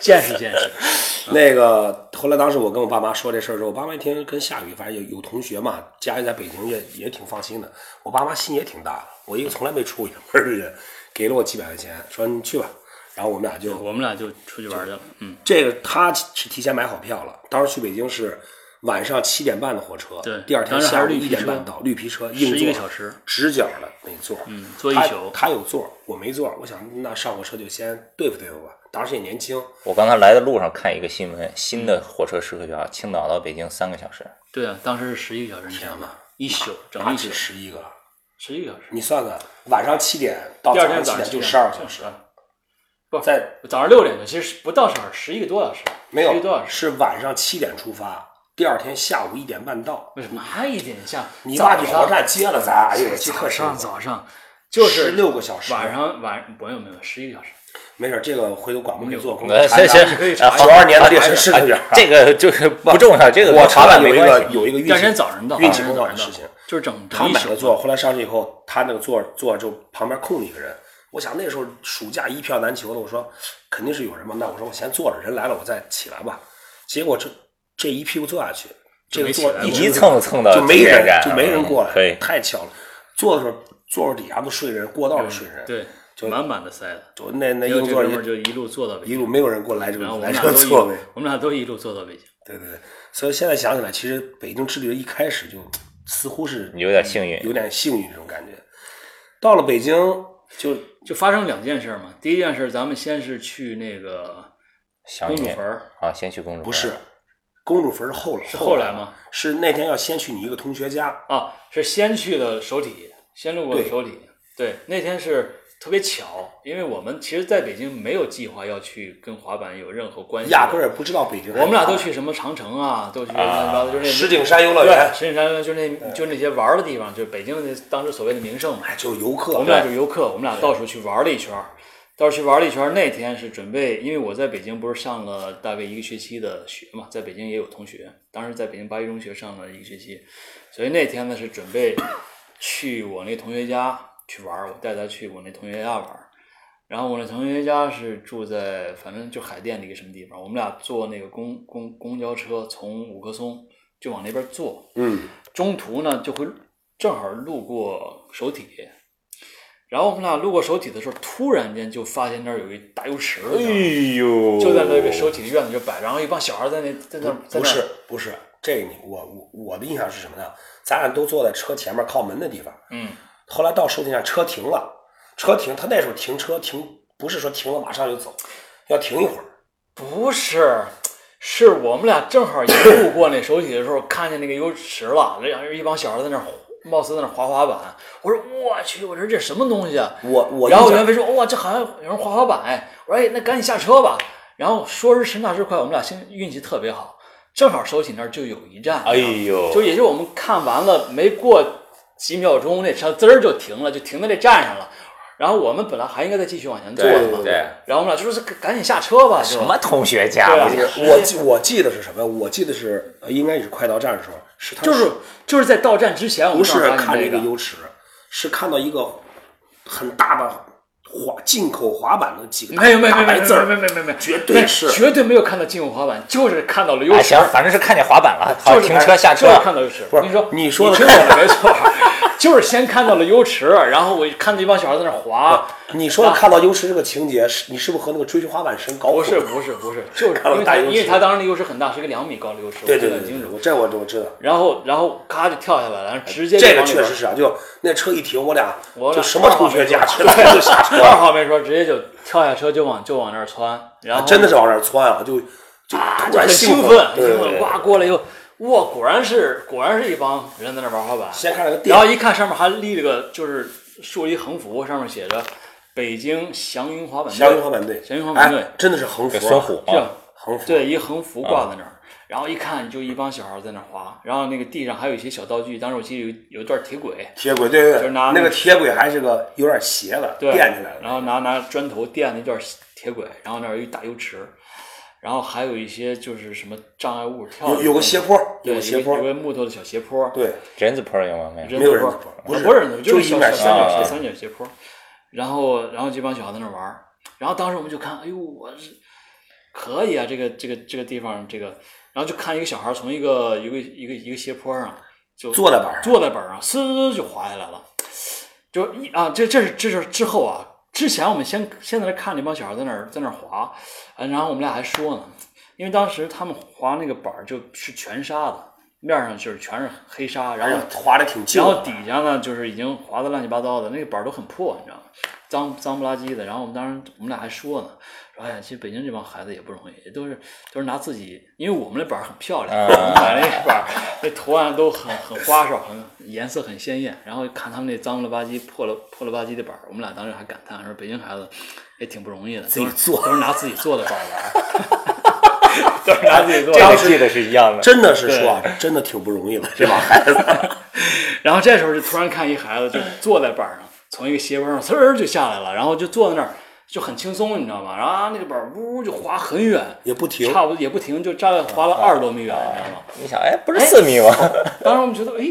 S3: 见识见识。
S1: 那个后来当时我跟我爸妈说这事儿之后，我爸妈一听跟夏雨，反正有有同学嘛，家里在北京也也挺放心的。我爸妈心也挺大，我一个从来没出过远门的人，给了我几百块钱，说你去吧。然后我们俩就
S3: 我们俩就出去玩去了，嗯，
S1: 这个他是提前买好票了，当时去北京是晚上七点半的火车，
S3: 对
S1: 第二天
S3: 当时还
S1: 下
S3: 是
S1: 午
S3: 绿皮
S1: 一点
S3: 车
S1: 半到，绿皮车硬
S3: 十一个
S1: 座
S3: 小时，
S1: 直角的那座，嗯
S3: 坐一宿
S1: 他他有座，我没座，我想那上火车就先对付对付吧，当时也年轻，
S2: 我刚才来的路上看一个新闻，新的火车时刻表，青岛到北京三个小时。
S3: 对啊，当时是十一个小时，你想嘛，一宿整
S1: 哪
S3: 一
S1: 止
S3: 宿，
S1: 十一个？
S3: 十一个小时，
S1: 你算算，晚上七点到
S3: 第
S1: 哦早
S3: 二
S1: 上
S3: 天
S1: 七
S3: 上
S1: 点就
S3: 7
S1: 十二小时，
S3: 啊
S1: 在
S3: 早上六点钟，其实不到十二，十一个多小时，
S1: 没
S3: 十一
S1: 有
S3: 个多小时。
S1: 是晚上七点出发，第二天下午一点半到。
S3: 为什么还一点像？
S1: 你
S3: 早
S1: 把
S3: 上
S1: 鸟巢站接了咱，哎呦，我记得
S3: 早
S1: 特深
S3: 上
S1: 刻。
S3: 早上就是
S1: 16个小时
S3: 晚上晚没有没有十一个小时，
S1: 没事儿，这个回头广播给做
S3: 嗯
S1: 工。
S2: 呃，行行，
S1: 九二哎年的历史是
S2: 啊
S1: 这样。
S2: 这个就是不重要，这个
S1: 我
S2: 跟滑
S1: 查
S2: 板
S1: 了有
S2: 没
S1: 一
S2: 关系
S1: 个。有一个运
S3: 第二
S1: 气
S3: 天早上到，
S1: 运气
S3: 第二天
S1: 不
S3: 早
S1: 好
S3: 上
S1: 的
S3: 到
S1: 事情。
S3: 就是整
S1: 他
S3: 整一
S1: 买
S3: 宿
S1: 了座，后来上去以后，他那个座座就旁边空了一个人。我想那时候暑假一票难求的，我说肯定是有人嘛，那我说我先坐着，人来了我再起来吧。结果这这一屁股坐下去，这个座
S3: 就没起来
S1: 一
S3: 过
S1: 直
S2: 一蹭蹭到
S1: 就没
S2: 铁
S1: 人
S2: 杆
S1: 就没人过
S2: 嗯可以
S1: 来，太巧了。坐的时候座底下都睡人，过道都睡人，
S3: 对，
S1: 就
S3: 满满的塞的。
S1: 就那那一
S3: 没有
S1: 个
S3: 这
S1: 座
S3: 哥
S1: 儿
S3: 们儿
S1: 一
S3: 就一路坐到北
S1: 一
S3: 京，
S1: 路没有人过来这个
S3: 然后我
S1: 来这
S3: 们俩
S1: 个
S3: 都一
S1: 座位
S3: 路，，我们俩都一路坐到北京。
S1: 对对对。所以现在想起来，其实北京之旅一开始就似乎是
S2: 有点幸运，
S1: 有点幸运这种感觉。到了北京就
S3: 就发生两件事嘛，第一件事咱们先是去那个
S2: 祥
S3: 公主
S2: 云
S3: 坟儿，
S2: 啊，先去公主坟
S1: 不是公主坟是后来
S3: 是后来吗？
S1: 是那天要先去你一个同学家，
S3: 啊，是先去的首体，先路过的
S1: 对
S3: 首体。对，那天是特别巧，因为我们其实在北京没有计划要去跟滑板有任何关系的，
S1: 压根儿也不知道北京。哎
S3: 我们俩都去什么长城啊，都去乱七八糟，就是那
S1: 石景山游乐
S3: 对
S1: 园，
S3: 石景山就是那就那些玩儿的地方，就是北京的那当时所谓的名胜嘛。
S1: 嗯哎，就是游客。
S3: 我们俩就是游客，我们俩到处去玩了一圈儿，到处去玩了一圈儿。那天是准备，因为我在北京不是上了大概一个学期的学嘛，在北京也有同学，当时在北京八一中学上了一个学期，所以那天呢是准备去我那同学家去玩儿，我带他去我那同学家玩儿。然后我那同学家是住在反正就海淀的一个什么地方，我们俩坐那个公公公交车从五棵松就往那边坐，
S1: 嗯，
S3: 中途呢就会正好路过首体，然后我们俩路过首体的时候，突然间就发现那儿有一大游池，
S2: 哎呦，
S3: 就在那个首体的院子就摆，然后一帮小孩在那在那在那
S1: 不是不是，这个你我我我的印象是什么呢？咱俩都坐在车前面靠门的地方，
S3: 嗯，
S1: 后来到收费站车停了，车停，他那时候停车停不是说停了马上就走，要停一会儿。
S3: 不是，是我们俩正好一路过那首体的时候，看见那个游池了，然后一帮小孩在那儿，貌似在那儿滑滑板。我说我去，我说这什么东西啊？
S1: 我我
S3: 然后
S1: 印象
S3: 袁飞说哇，这好像有人滑滑板哎。我说哎，那赶紧下车吧。然后说时迟那时快，我们俩幸运气特别好，正好首体那儿就有一站。
S2: 哎呦，
S3: 就也就我们看完了，没过几秒钟，那车滋儿就停了，就停在那站上了。然后我们本来还应该再继续往前坐的嘛
S2: 对，对
S3: 然后我们俩就说是赶紧下车吧，就
S2: 什么同学家
S3: 对啊
S2: 不是
S1: 我记我记得是什么？我记得是呃应该也是快到站的时候，是他
S3: 就是就是在到站之前，我们
S1: 不是
S3: 正好发
S1: 看这
S3: 现这
S1: 个游池，是看到一个很大的滑进口滑板的几个大
S3: 没有没有没
S1: 大白
S3: 有没有
S1: 字
S3: 没有
S1: 儿，
S3: 没有没有没有，
S1: 绝对是
S3: 绝对没有看到进口滑板，就是看到了优
S2: 哎，
S3: 池
S2: 行，，反正是看见滑板了，好，
S3: 就是
S2: 停车下车
S3: 就。是看到优池。
S1: 不是
S3: 你说
S1: 你说的
S3: 听我
S1: <laughs>
S3: 的没错，就是先看到了优池，然后我一看到一帮小孩在那滑，
S1: 你说的看到游池这个情节，是你是不是和那个追求滑板神搞
S3: 啊不
S1: 混
S3: 是？不是不是，就是
S1: 看
S3: 因
S1: 了
S3: 为
S1: 大
S3: 他
S1: 优
S3: 因为
S1: 池
S3: 他当时那优池很大，是一个两米高的优池，
S1: 对对
S3: 我
S1: 对
S3: 记得很
S1: 对
S3: 清
S1: 对，
S3: 楚。
S1: 我这我我知道。
S3: 然后然后咔就跳下来了，然后直接就
S1: 这个
S3: 往里
S1: 确
S3: 边
S1: 实是啊，就那车一停，我俩
S3: 我俩
S1: 就什么同学
S3: <laughs>
S1: 家去了，就下车
S3: 二话没说，直接就跳下车就往就往那儿窜，然后
S1: 啊真的是往那儿窜啊，就就突然
S3: 很
S1: 兴
S3: 兴
S1: 奋
S3: 奋，，
S1: 对
S3: 兴
S1: 对
S3: 奋
S1: 对，
S3: 哇过来以后，哇果然是果然是一帮人在那玩滑板，
S1: 先看了个
S3: 然后
S1: 店，
S3: 一看上面还立了个就是竖了一横幅，上面写着“北京祥云滑板队”。
S1: 祥云滑板队，
S3: 祥云滑板队
S1: 哎，真的是横幅
S2: 给
S1: 啊，
S2: 孙虎
S3: 这样
S2: 啊，
S1: 横幅，
S3: 对，一横幅挂在那儿，然后一看就一帮小孩在那儿滑，然后那个地上还有一些小道具，当时我记得有有一段铁轨，
S1: 铁轨，对对
S3: 就
S1: 对，
S3: 是拿
S1: 那个铁轨还是个有点斜的，
S3: 对，
S1: 垫起来
S3: 然
S1: 了，
S3: 后拿拿砖头垫那段铁轨，然后那儿有一大油池，然后还有一些就是什么障碍物跳的那
S1: 有
S3: 种，
S1: 有个斜坡，有个
S3: 对，有
S1: 斜坡
S3: 有，个木头的小斜坡，
S1: 对，
S2: 人字坡有吗？没有。
S3: 人
S1: 没有
S3: 字
S1: 人
S3: 坡
S1: 字坡
S3: 啊
S1: 不
S3: 不
S1: 是
S3: 人字坡，就是
S1: 就一
S3: 小
S1: 面
S3: 小
S1: 墙
S3: 三角
S2: 啊
S3: 斜三角斜坡，然后然后这帮小孩在那玩儿，然后当时我们就看，哎呦，我是可以啊，这个这个这个地方这个，然后就看一个小孩从一个一个一个一个斜坡上就
S1: 坐在板上，
S3: 坐在板上，嗖就滑下来了，就一啊，这这是这是之后啊，之前我们先先在那看那帮小孩在那儿在那儿滑，啊然后我们俩还说呢，因为当时他们滑那个板儿就是全沙的，面上就是全是黑沙，然
S1: 哎
S3: 后
S1: 呀，滑的挺近
S3: 然
S1: 的，
S3: 后底下呢，就是已经滑的乱七八糟的，那个板儿都很破，你知道吗？脏脏不拉几的。然后我们当时我们俩还说呢，说哎呀，其实北京这帮孩子也不容易，也都是都是拿自己，因为我们那板儿很漂亮，我
S1: 啊
S3: 们买那板儿那图案都很很花哨，很颜色很鲜艳。然后看他们那脏了吧唧、破了破了吧唧的板儿，我们俩当时还感叹说，北京孩子也挺不容易的，自
S1: 己做
S3: 都是拿自己做的板儿玩儿，都是拿自己做的
S2: 这
S3: 板儿
S2: 个记得是一样的。
S1: 真的是说啊，真的挺不容易的，这帮孩子，
S3: <laughs> 然后这时候就突然看一孩子就坐在板儿上，从一个斜坡上呲儿就下来了，然后就坐在那儿就很轻松，你知道吗？然后啊那个板儿呜呜就滑很远，
S1: 也不停
S3: 差不多也不停，就大概滑了二十多米远，你知道吗？
S2: 你想，哎，不是四
S3: <laughs>
S2: 米吗？
S3: 当时我们觉得，哎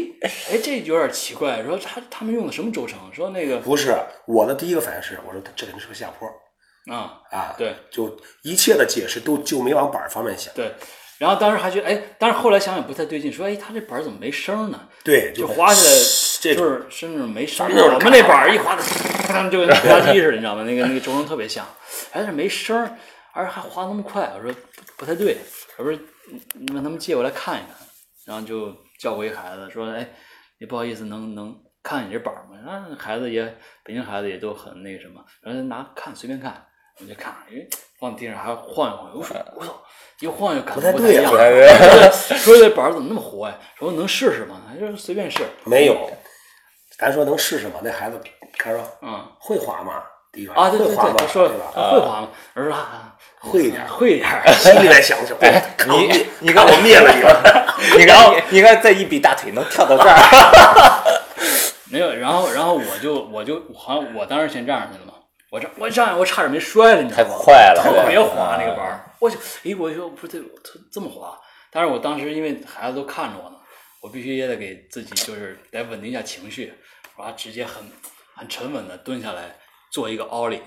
S3: 哎，这有点奇怪，说他他们用的什么轴承？说那个
S1: 不是我的第一个反应是，我说这肯定是个下坡
S3: 啊，
S1: 啊，
S3: 对
S1: 就一切的解释都就没往板儿方面想，
S3: 对。然后当时还觉得，哎，但是后来想想不太对劲，说，哎，他这板儿怎么没声儿呢？
S1: 对，
S3: 就
S1: 就
S3: 滑下
S1: 这
S3: 来，
S1: 种
S3: 就是甚至没声儿。
S1: 那种
S3: 我们那板儿一滑，就跟滑梯似的，你知道吗？那个那个轴承特别像，哎，这没声儿，而且还滑那么快，我说不不太对，我说你你让他们借过来看一看，然后就叫过一孩子说，哎，你不好意思，能能看你这板儿吗？然后孩子也北京孩子也都很那个什么，然后就拿看随便看，我就看，哎，放地上还晃一晃，我说我操，一晃就感觉
S1: 不太
S3: 不
S1: 对
S3: 一
S1: 啊
S3: 样。
S1: 不
S2: 太对
S3: 对 <laughs> 说这板儿怎么那么活呀？说能试试吗？哎他就随便试。
S1: 没有。咱说能试试吗？那孩子，他说
S3: 嗯
S1: 会滑吗？第一个
S3: 啊，对对
S1: 会滑
S3: 对，
S1: 吗？
S3: 他说
S1: 对吧？
S3: 他会滑吗？我说啊
S1: 会一点儿
S3: 会一点儿。 <laughs>
S1: 心里面想的是，哎，
S2: 你你看
S1: 我灭了你了。
S2: <laughs> 你看你看这一比大腿能跳到这
S3: <laughs>
S2: 儿，
S3: 没有，然后然后我就我就好像我当时先站上去了嘛，我这我站上我差点没摔了，你知
S2: 太
S3: 道吗？
S2: 快了，
S3: 特别
S2: 对
S3: 滑那个板儿，我就哎我就不对，我这这么滑，但是我当时因为孩子都看着我呢，我必须也得给自己就是得稳定一下情绪，然后直接很很沉稳的蹲下来做一个奥利，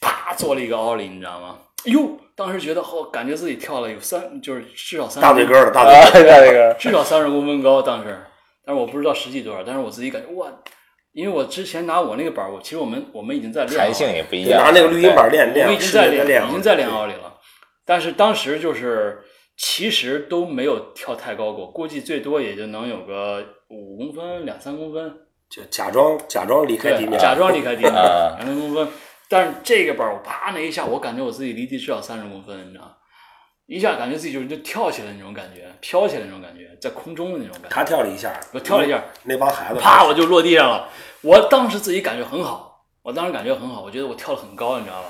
S3: 啪做了一个奥利，你知道吗？哎呦，当时觉得哦，感觉自己跳了有三，就是至少三
S1: 大腿根儿了，大腿
S2: 啊，
S1: 根
S2: 对那个
S3: 至少三十公分高，当时，但是我不知道实际多少，但是我自己感觉哇，因为我之前拿我那个板儿，我其实我们我们已经在练
S2: 弹
S3: 了
S2: 性也不一
S1: 儿
S2: 样。
S1: 拿那个绿茵板儿练
S3: 我
S1: 练，
S3: 们已经在
S1: 试着
S3: 练，已经在练啊
S1: 了。
S3: 奥利了。但是当时就是其实都没有跳太高过，估计最多也就能有个五公分、两三公分，
S1: 就假装假装离开地
S3: 对，
S1: 面，
S3: 假装离开地面，
S2: 啊
S3: 两三公分。但是这个板儿我啪那一下，我感觉我自己离地至少三十公分，你知道吗，一下感觉自己就就跳起来那种感觉，飘起来那种感觉，在空中的那种感觉。
S1: 他跳了一下，
S3: 我跳了一下，
S1: 那帮孩子
S3: <laughs> 啪我就落地上了。我当时自己感觉很好，我当时感觉很好，我觉得我跳得很高，你知道吧？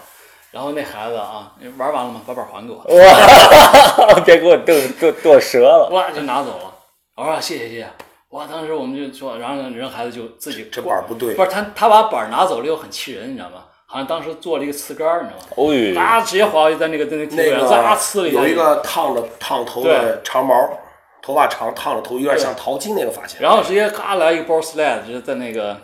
S3: 然后那孩子啊，玩完了吗？把板儿还给我，
S2: 哇， <laughs> 别给我剁剁剁折了。
S3: 哇就拿走了。我说啊谢谢谢谢。哇，当时我们就说，然后人孩子就自己
S1: 这板儿不对
S3: 不是他他把板儿拿走了以后很气人，你知道吗？好像当时做了一个刺杆儿，你知道吗？
S2: 哦呦，
S3: 啊，直接滑过去，在那个在那个
S1: 那
S3: 铁轨
S1: 个
S3: 上扎刺了一下
S1: 有一个烫着烫头的长毛，头发长烫着头，有点像淘金那个发型。
S3: 然后直接咔来一个 b o s l i d e 直接在那个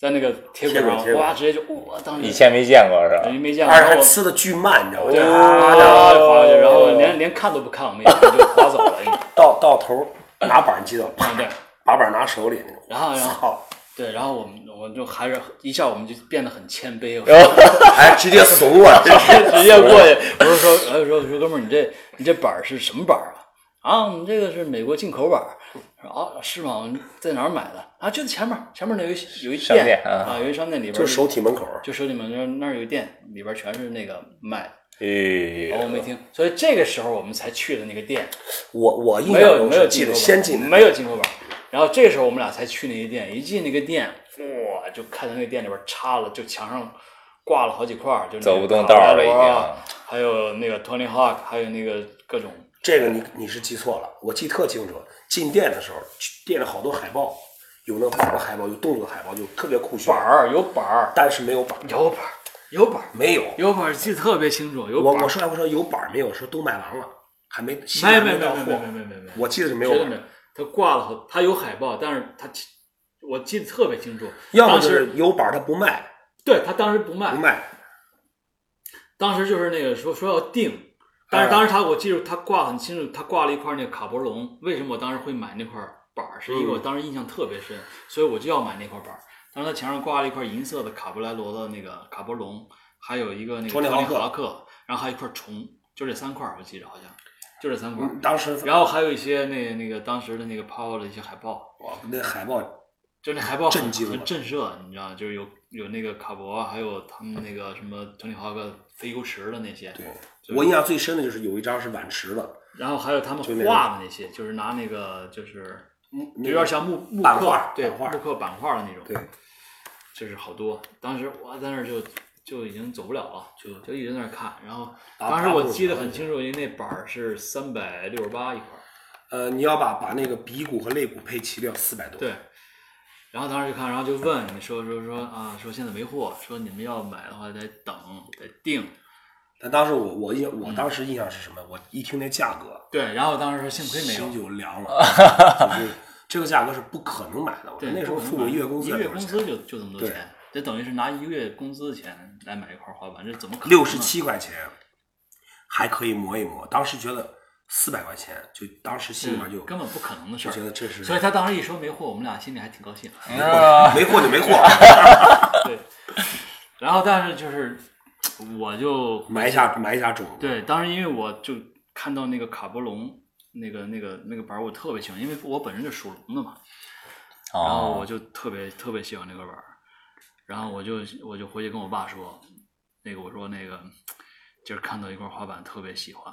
S3: 在那个铁轨
S1: 铁轨铁
S3: 上，
S1: 轨
S3: 哇，直接就哇，当时
S2: 以前没见过是吧？
S3: 人没见过，
S1: 但是
S3: 然
S1: 还
S3: 后我
S1: 呲的巨慢，你知道
S3: 对，
S1: 吗？
S3: 滑着滑过去，然后连连看都不看我们一眼就滑走了。
S1: 到到头拿板儿击倒，啪，
S3: 嗯对，
S1: 把板儿拿手里那种。
S3: 然后然后
S1: 操！
S3: 对，然后我们我就还是一下我们就变得很谦卑，
S1: <laughs> 还直接怂 <laughs> 了，真是
S3: 直接过去，我就说，哎，我说我说哥们儿，你这你这板儿是什么板儿啊？啊，我们这个是美国进口板儿。我说啊，是吗？在哪儿买的？啊，就在前面儿，前面儿那有一有一
S2: 商店啊
S3: 啊，有一商店里边儿
S1: 就是手体门口。
S3: 就手里面那儿那儿有一店，里边儿全是那个卖的。
S2: 哎
S3: 然后我没听，所以这个时候我们才去的那个店。
S1: 我我印
S3: 没
S1: 象
S3: 有
S1: 中
S3: 没有
S1: 是
S3: 进
S1: 记
S3: 口
S1: 得
S3: 版
S1: 先进的，
S3: 没有进口版。然后这时候我们俩才去那个店，一进那个店，哇，来，就看见那店里边插了，就墙上挂了好几块儿，就那个
S2: 走不动道儿了已经
S3: 卡罗啊还有那个 Tony Hawk，还有那个各种
S1: 这个你你是记错了，我记特清楚。进店的时候，店里好多海报，有那跑的海报，有动作的海报，就特别酷炫
S3: 板，儿，有板儿，
S1: 但是没有板儿，
S3: 有板儿，有板儿，
S1: 没有。
S3: 有板儿，记得特别清楚，有
S1: 我
S3: 板
S1: 我
S3: 儿。
S1: 说还不说有板儿没有，说都卖完了，还没新
S3: 没
S1: 还
S3: 没没
S1: 到
S3: 没没
S1: 货。
S3: 没没没，
S1: 我记得是没
S3: 没
S1: 有
S3: 绝
S1: 板
S3: 对
S1: 儿
S3: 没有，他挂了好，他有海报，但是他我记得特别清楚，
S1: 要么
S3: 当
S1: 就
S3: 时
S1: 是有板儿他不卖，
S3: 对他当时不卖
S1: 不，卖。
S3: 当时就是那个说说要定，但是
S1: 哎
S3: 当时他我记住他挂很清楚，他挂了一块那个卡波龙。为什么我当时会买那块板儿？是因为
S1: 嗯
S3: 我当时印象特别深，所以我就要买那块板儿。当时他墙上挂了一块银色的卡布莱罗的那个卡波龙，还有一个那个
S1: 托尼
S3: 尼
S1: 豪克
S3: 华克，然后还有一块虫，就这三块儿我记着好像就这三块儿。
S1: 嗯当时
S3: 嗯然后还有一些那那个当时的那个 Power 的一些海报，
S1: 我那海报
S3: 就那海报很
S1: 震惊了
S3: 很震慑，你知道，就是有有那个卡博，还有他们那个什么托尼华克飞游池的那些，
S1: 对
S3: 就是
S1: 我印象最深的就是有一张是碗池的，
S3: 然后还有他们
S1: 就那
S3: 画的那些，就是拿那个就是
S1: 有
S3: 有点像木木
S1: 版
S3: 刻
S1: 画
S3: 对
S1: 版画
S3: 木刻版画的那种，
S1: 对，
S3: 就是好多。当时我在那儿就就已经走不了了，就就一直在那儿看。然后
S1: 打
S3: 当时
S1: 打
S3: 我
S1: 不
S3: 记得
S1: 着
S3: 很清楚，因为那板儿是三百六十八一块儿，
S1: 呃，你要把把那个鼻骨和肋骨配齐了，要四百多。，
S3: 对。然后当时就看，然后就问你说说说啊，说现在没货，说你们要买的话得等得定。
S1: 但当时我我印我
S3: 嗯
S1: 当时印象是什么？我一听那价格，
S3: 对，然后当时说幸亏没
S1: 心
S3: 有，
S1: 就凉
S3: <laughs>
S1: 了，就是这个价格是不可能买的。我
S3: 对，
S1: 那时候
S3: 不可能
S1: 父母
S3: 买
S1: 一月工资
S3: 一
S1: 也
S3: 月
S1: 多
S3: 工
S1: 少
S3: 资
S1: 钱？
S3: 就就这么多
S1: 对
S3: 钱，这等于是拿一个月工资的钱来买一块滑板，这怎么可能？
S1: 六十，七块钱，还可以磨一磨。当时觉得四百块钱，就当时心里面就
S3: 根本不可能的事
S1: 就觉
S3: 儿。
S1: 得这是
S3: 所以他当时一说没货，我们俩心里还挺
S1: <laughs>
S3: 高兴。
S2: 啊，
S1: 没货就没
S3: <laughs>
S1: 货，
S3: 对，然后但是就是我就
S1: 埋下埋下种子。
S3: 对，当时因为我就看到那个卡波龙那个那个那个板儿，我特别喜欢，因为我本身就属龙的嘛，然后我
S2: 哦，
S3: 就特别特别喜欢那个板儿，然后我就我就回去跟我爸说，那个我说那个今儿看到一块滑板特别喜欢，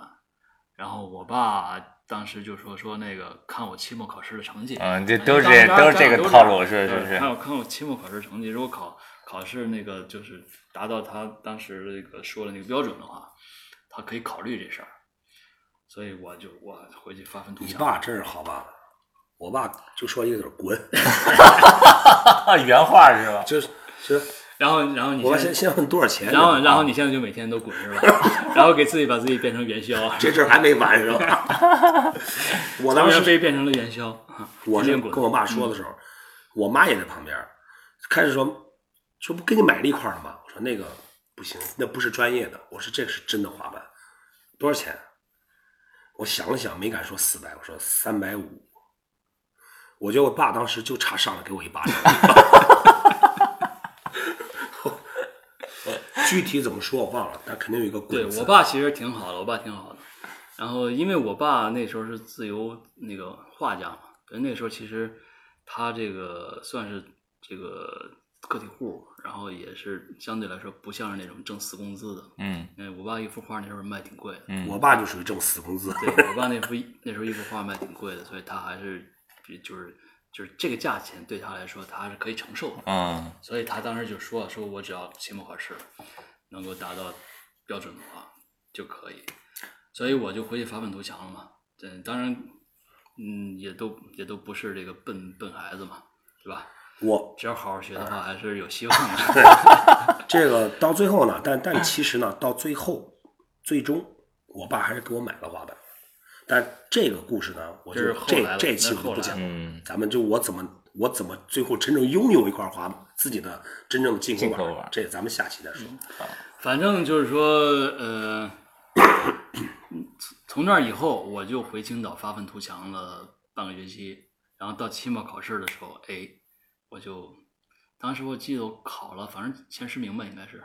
S3: 然后我爸当时就说说那个看我期末考试的成绩，
S2: 嗯这都是
S3: 当时当时
S2: 都是这个
S3: 当时
S2: 套路是
S3: 对
S2: 是是
S3: 看我看我期末考试成绩，如果考考试那个就是达到他当时那个说的那个标准的话，他可以考虑这事儿，所以我就我回去发愤图
S1: 你
S3: 强。
S1: 爸真是好爸爸，我爸就说一个字儿滚， <laughs>
S3: 啊
S2: 原话是吧？
S1: 就是就是
S3: 然后然后你
S1: 我爸
S3: 现在
S1: 先先问多少钱，啊
S3: 然后，然后你现在就每天都滚是吧？ <laughs> 然后给自己把自己变成元宵，
S1: 这事儿还没完是吧？
S3: <laughs>
S1: 我
S3: 当
S1: 当
S3: 时
S1: 时
S3: 被变成了元宵。
S1: 我是
S3: 练滚
S1: 跟我爸说的时候，
S3: 嗯
S1: 我妈也在旁边儿，开始说说不给你买了一块儿了吗？我说那个不行，那不是专业的，我说这是真的滑板，多少钱？啊我想了想，没敢说四百，我说三百五。我觉得我爸当时就差上来给我一巴掌。 <laughs> 具体怎么说我忘了，但肯定有一个
S3: 对
S1: 滚字。
S3: 我爸其实挺好的，我爸挺好的。然后因为我爸那时候是自由那个画家嘛，那时候其实他这个算是这个个体户，然后也是相对来说不像是那种挣死工资的。
S2: 嗯
S3: 嗯，我爸一幅画那时候卖挺贵的，
S2: 嗯，
S1: 我爸就属于挣死工资。
S3: 对我爸那幅那时候一幅画卖挺贵的，所以他还是比就是就是这个价钱对他来说他还是可以承受的。
S2: 嗯
S3: 所以他当时就说：“说我只要期末考试能够达到标准的话就可以。”所以我就回去发愤图强了嘛。嗯，当然，嗯，也都也都不是这个笨笨孩子嘛，对吧？
S1: 我
S3: 只要好好学的话，还是有希望的。 <laughs>
S1: 这个到最后呢，但
S3: 嗯
S1: 但其实呢，到最后，最终我爸还是给我买了滑板。但这个故事呢，我就
S3: 这是后来
S1: 这
S3: 了
S1: 这期
S3: 那
S1: 我就不讲
S3: 后来
S1: 了，
S2: 嗯，
S1: 咱们就我怎么我怎么最后真正拥有一块滑板，自己的真正的进口
S2: 进口
S1: 板
S2: 板，
S1: 这咱们下期再说。
S3: 反正就是说，呃，从从那以后，我就回青岛发愤图强了半个学期，然后到期末考试的时候，哎，我就当时我记得我考了，反正前十名吧，应该是，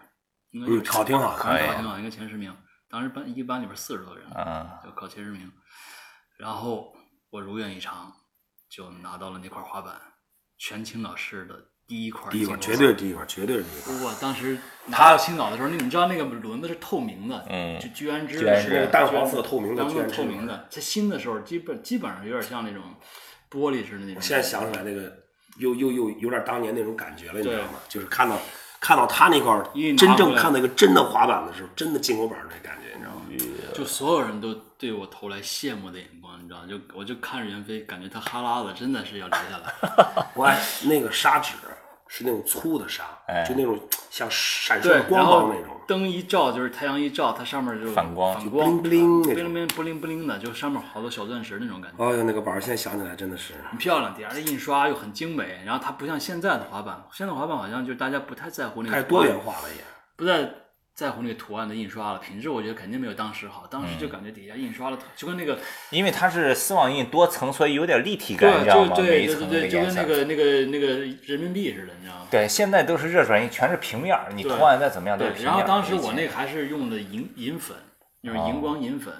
S3: 应该是
S1: 嗯考挺好
S3: 考
S2: 可以
S3: 挺好，应该前十名。当时班一班里边四十多人，
S2: 啊，
S3: 就考前十名，然后我如愿以偿，就拿到了那块滑板，全青岛市的第一块
S1: 第一
S3: 进
S1: 块
S3: 口
S1: 绝
S3: 板
S1: 对是第一块，绝对是第一块，
S3: 我当时拿到青岛的时候，那你知道那个轮子是透明的，
S2: 嗯
S3: 就居然之
S2: 居然
S1: 是
S2: 之
S1: 那个
S3: 淡
S1: 淡黄色透明的
S3: 黄
S1: 居
S3: 色
S1: 然之
S3: 透明的。它新的时候，基本基本上有点像那种玻璃似的那种。
S1: 我现在想起来那个又又又有点当年那种感觉了，你知道
S3: 对
S1: 吗？就是看到看到他那块儿
S3: 一拿
S1: 真正
S3: 回来
S1: 看到一个真的滑板的时候，真的进口板儿那感觉，你知道吗？
S3: 就所有人都对我投来羡慕的眼光，你知道吗？就我就看着袁飞，感觉他哈喇子真的是要流下来。
S1: <laughs> 我那个砂纸是那种粗的砂，
S2: 哎
S1: 就那种像闪烁
S3: 对
S1: 的，光
S3: 然
S1: 芒
S3: 后
S1: 那种，
S3: 灯一照，就是太阳一照，它上面就
S2: 反光
S3: 反
S1: 就
S3: 光，
S1: bling bling 那种
S3: 不灵不灵不灵不灵的，就上面好多小钻石那种感觉，
S1: 哎呦，那个板儿现在想起来真的是，
S3: 很漂亮。底下的印刷又很精美，然后它不像现在的滑板，现在滑板好像就大家不太在乎那
S1: 太
S3: 个
S1: 多元化了也。
S3: 不再在乎那个图案的印刷了，品质我觉得肯定没有当时好。当
S2: 嗯
S3: 时就感觉底下印刷了，就跟那个
S2: 因为它是丝网印多层，所以有点立体感，你
S3: 对，
S2: 知道
S3: 就
S2: 吗？每
S3: 对
S2: 一
S3: 对
S2: 层
S3: 对
S2: 的
S3: 对，就
S2: 颜
S3: 跟
S2: 色
S3: 那。个那个那个人民币似的，你知道吗？
S2: 对，现在都是热转印，全是平面儿，你
S3: 对
S2: 图案再怎么样都是
S3: 对，
S2: 平面
S3: 然
S2: 儿。哦
S3: 后当时我
S2: 以前
S3: 那个还是用的银银粉，就是荧光银粉，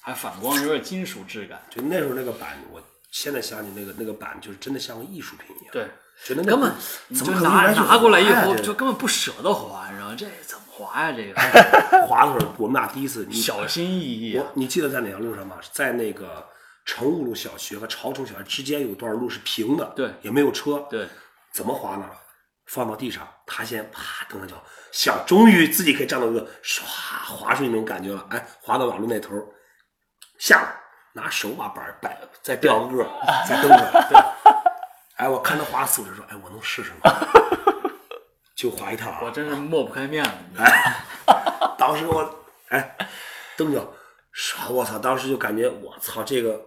S3: 还反光，有点金属质感。
S1: 就那时候那个板，我现在想起那个那个板，就是真的像个艺术品一样。
S3: 对，
S1: 觉得那
S3: 根本
S1: 个怎么
S3: 就
S1: 可能
S3: 拿
S1: 拿
S3: 拿过来以后，
S1: 这
S3: 就根本不舍得划，你知道吗？这怎么划呀？这
S1: <laughs>
S3: 个
S1: 滑的时候，我们俩第一次你
S3: 小心翼翼啊。
S1: 我你记得在哪条路上吗？在那个成务路小学和朝城小学之间有段路是平的，
S3: 对
S1: 也没有车，
S3: 对，
S1: 怎么滑呢？放到地上，他先啪蹬上脚，想终于自己可以站到一个唰滑出去那种感觉了，哎，滑到马路那头，下来拿手把板儿摆，再吊个个儿，再蹬上来。对哎，我看他滑四五十，说，哎，我能试试吗？就滑一趟啊
S3: 我，真是抹不开面子，你
S1: 哎
S3: 知道吗？
S1: 当时我哎，蹬脚唰，我操！当时就感觉我操，这个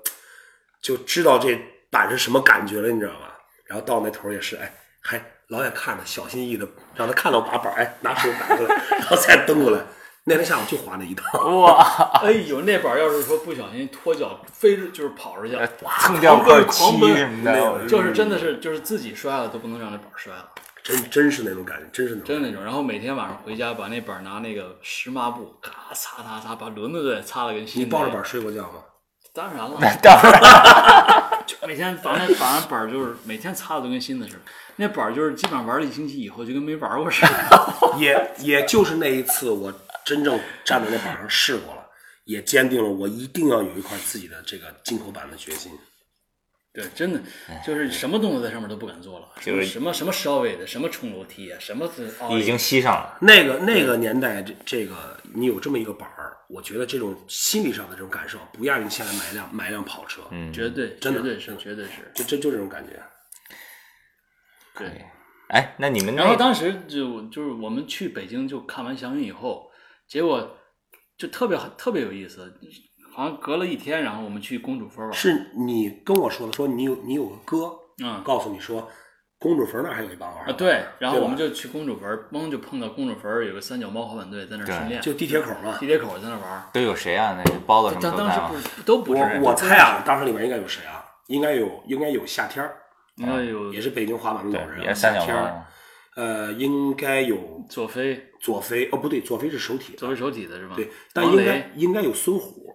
S1: 就知道这板是什么感觉了，你知道吧？然后到那头也是，哎，还老远看着，小心翼翼的让他看到把板，哎，拿手摆过来，然后再蹬过来。那天下午就滑那一趟，
S2: 哇，
S3: 哎呦，那板儿要是说不小心脱脚飞出，就是跑出去，
S1: 哎
S3: 哇，
S2: 蹭掉块
S3: 狂
S2: 漆
S3: 奔狂
S2: 什
S3: 奔，
S2: 么
S1: 没
S2: 的
S1: 有，
S3: 就是真的是就是自己摔了都不能让这板儿摔了，
S1: 真真是那种感觉，真是那种。
S3: 真的那种。然后每天晚上回家把那板儿拿那个湿抹布咔擦擦擦，把轮子都得擦了跟新
S1: 你
S3: 的。
S1: 抱着板？睡过觉吗？
S3: 当然了，
S2: 当然
S3: 就每天把那把那板儿就是每天擦的都跟新的似的。那板儿就是基本上玩了一星期以后就跟没玩过似的。 <laughs>
S1: 也也就是那一次，我真正站在那板上试过了，也坚定了我一定要有一块自己的这个进口板的决心。
S3: 对，真的
S1: 哎
S3: 就是什么动作在上面都不敢做了，什
S2: 就
S3: 么
S2: 是
S3: 什么什么烧尾的，什么冲楼梯啊，什么
S2: 已经吸上了。
S1: 那个那个年代，这这个你有这么一个板儿，我觉得这种心理上的这种感受，不亚于你现在买辆买辆跑车，嗯，
S3: 绝对
S1: 真的
S3: 绝对是
S1: 真的
S3: 绝对是
S1: 就就就这种感觉。
S3: 对。
S2: 哎，那你们
S3: 然后
S2: 那
S3: 当时就就是我们去北京就看完祥云以后，结果就特别特别有意思，好像隔了一天，然后我们去公主坟玩。
S1: 是你跟我说的，说你有你有个哥，
S3: 嗯
S1: 告诉你说公主坟那儿还有一帮玩
S3: 啊，
S1: 儿，
S3: 对，然后
S1: 对吧
S3: 我们就去公主坟，嘣就碰到公主坟有个三脚猫滑板队在那儿训练，
S1: 就地铁口嘛
S3: 地。铁口在那玩。
S2: 都有谁啊？那包子什
S3: 但
S2: 么都
S3: 当
S2: 在
S3: 时
S2: 吗
S3: 不？是都不
S1: 我
S3: 是
S1: 我猜，啊，当时里面应该有谁啊？应该有应该有夏天儿，
S3: 应该有
S1: 也是北京滑板的老
S2: 对，
S1: 人，啊
S2: 也是三
S1: 夏
S2: 角
S1: 天
S2: 猫
S3: 啊
S1: 儿，。呃，应该有
S3: 左飞，
S1: 左飞，哦不对，左飞是手体的，
S3: 左飞手体的是吧？
S1: 对，但
S3: 王
S1: 应
S3: 雷
S1: 该应该有孙虎，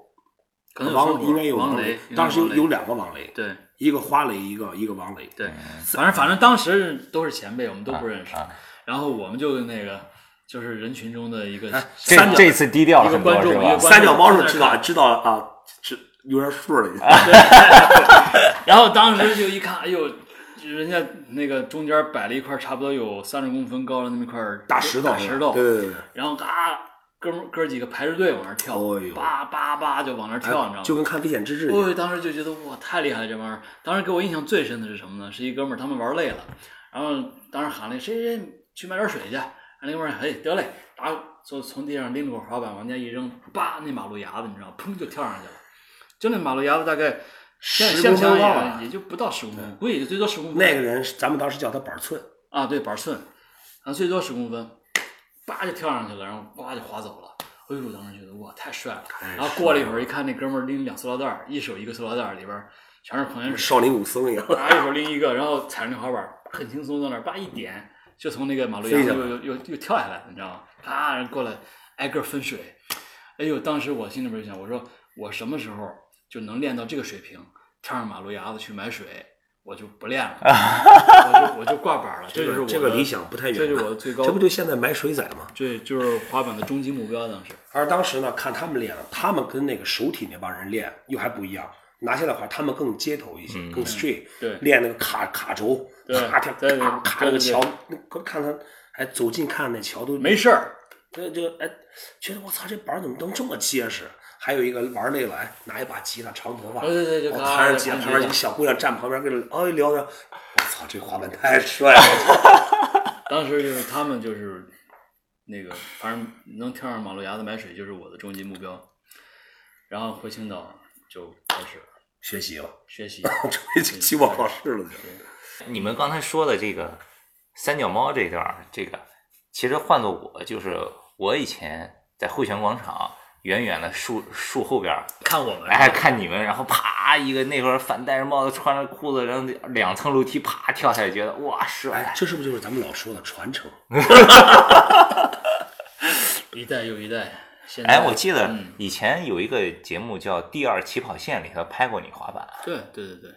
S3: 可能有
S1: 王
S3: 孙
S1: 应该有
S3: 虎王
S1: 雷
S3: 雷，，
S1: 当时有有
S3: 两
S1: 两个王雷，
S3: 对
S1: 一个花雷，一个一个王雷。
S3: 对，
S2: 嗯
S3: 反正反正当时都是前辈，我们都不认
S2: 啊
S3: 识。然后我们就那个就是人群中的一个
S1: 哎
S2: 这
S3: 三角
S2: 这次低调了
S3: 一个
S2: 很多
S3: 观众
S2: 是
S3: 一个
S2: 吧？
S3: 观
S1: 三脚猫是知道知道啊，是有点数了已经。
S3: 啊然后当时就一看，哎呦，人家那个中间摆了一块差不多有三十公分高的那么一块
S1: 大石头，
S3: 大石头，
S1: 对对对对，
S3: 然后嘎，哥们儿哥几个排着队往那儿跳
S1: 哎呦，哎
S3: 叭叭叭就往那儿跳，你知道吗？
S1: 就跟看危险之至一
S3: 我
S1: 样。
S3: 当时就觉得哇，太厉害了这帮人。当时给我印象最深的是什么呢？是一哥们儿他们玩累了，然后当时喊了谁谁谁去买点水去，然后那哥们儿哎得嘞，然后就从地上拎着块滑板往家一扔，叭那马路牙子你知道，砰就跳上去了。就那马路牙子大概像
S1: 10
S3: 像
S1: 公
S3: 像
S1: 分高吧
S3: 也也就不到十公分，估计也最多十公分。
S1: 那个人是，咱们当时叫他板寸，
S3: 啊，对板寸，啊最多十公分，叭就跳上去了，然后呱就滑走了。哎呦，当时觉得哇太帅了。然后过了一会儿一看，那哥们儿拎两塑料袋儿，一手一个塑料袋儿，里边儿全是矿泉水。
S1: 少林武僧一样。
S3: 拿一手拎一个，然后踩着那滑板，很轻松在那儿叭一点，就从那个马路牙
S1: 飞
S3: 子
S1: 下
S3: 又
S1: 来
S3: 又又又跳下来，你知道吗？啪，然后过来挨个分水。哎呦，当时我心里边就想，我说我什么时候就能练到这个水平，跳上马路牙子去买水，我就不练了，我就我就挂板了。这就是我
S1: 这个
S3: 的
S1: 理想不太远，
S3: 这就是我的最高
S1: 这，不就现在买水仔吗？
S3: 这就是滑板的终极目标。当时
S1: 而当时呢，看他们练，他们跟那个手体那帮人练又还不一样。拿下来滑，他们更街头一些，更 street，
S3: 嗯对
S1: 练那个卡卡轴，
S3: 对
S1: 卡跳
S3: 对对
S1: 卡卡那
S3: 对
S1: 个
S3: 对
S1: 桥，那个看他哎走近看那桥都
S3: 没事儿，
S1: 这这个哎，觉得我操，这板儿怎么能这么结实？还有一个玩累了，哎，拿一把吉他，长头发，
S3: 对对哎对就
S1: 我
S3: 咔
S1: 弹着吉他，
S3: 弹
S1: 旁边一
S3: 吉他
S1: 个小姑娘站旁边跟着，哎聊着，我操，这滑板太帅了，
S3: 当时就是他们就是那个，反正能跳上马路牙子买水就是我的终极目标。然后回青岛就开始
S1: 学习了， <laughs>
S3: 学习，
S1: 终于期末考试了就。
S2: 你们刚才说的这个三脚猫这一段儿，这个其实换做我，就是我以前在汇泉广场远远的树树后边儿，
S3: 看我们
S2: 哎，看你们，然后啪一个那会儿反戴着帽子，穿着裤子，然后两层楼梯啪跳下来，觉得哇
S1: 哎
S2: 帅，，
S1: 这是不是就是咱们老说的传承？
S3: 一代又一代。现在
S2: 哎，我记得
S3: 嗯，
S2: 以前有一个节目叫《第二起跑线》，里头拍过你滑板，
S3: 对对对对，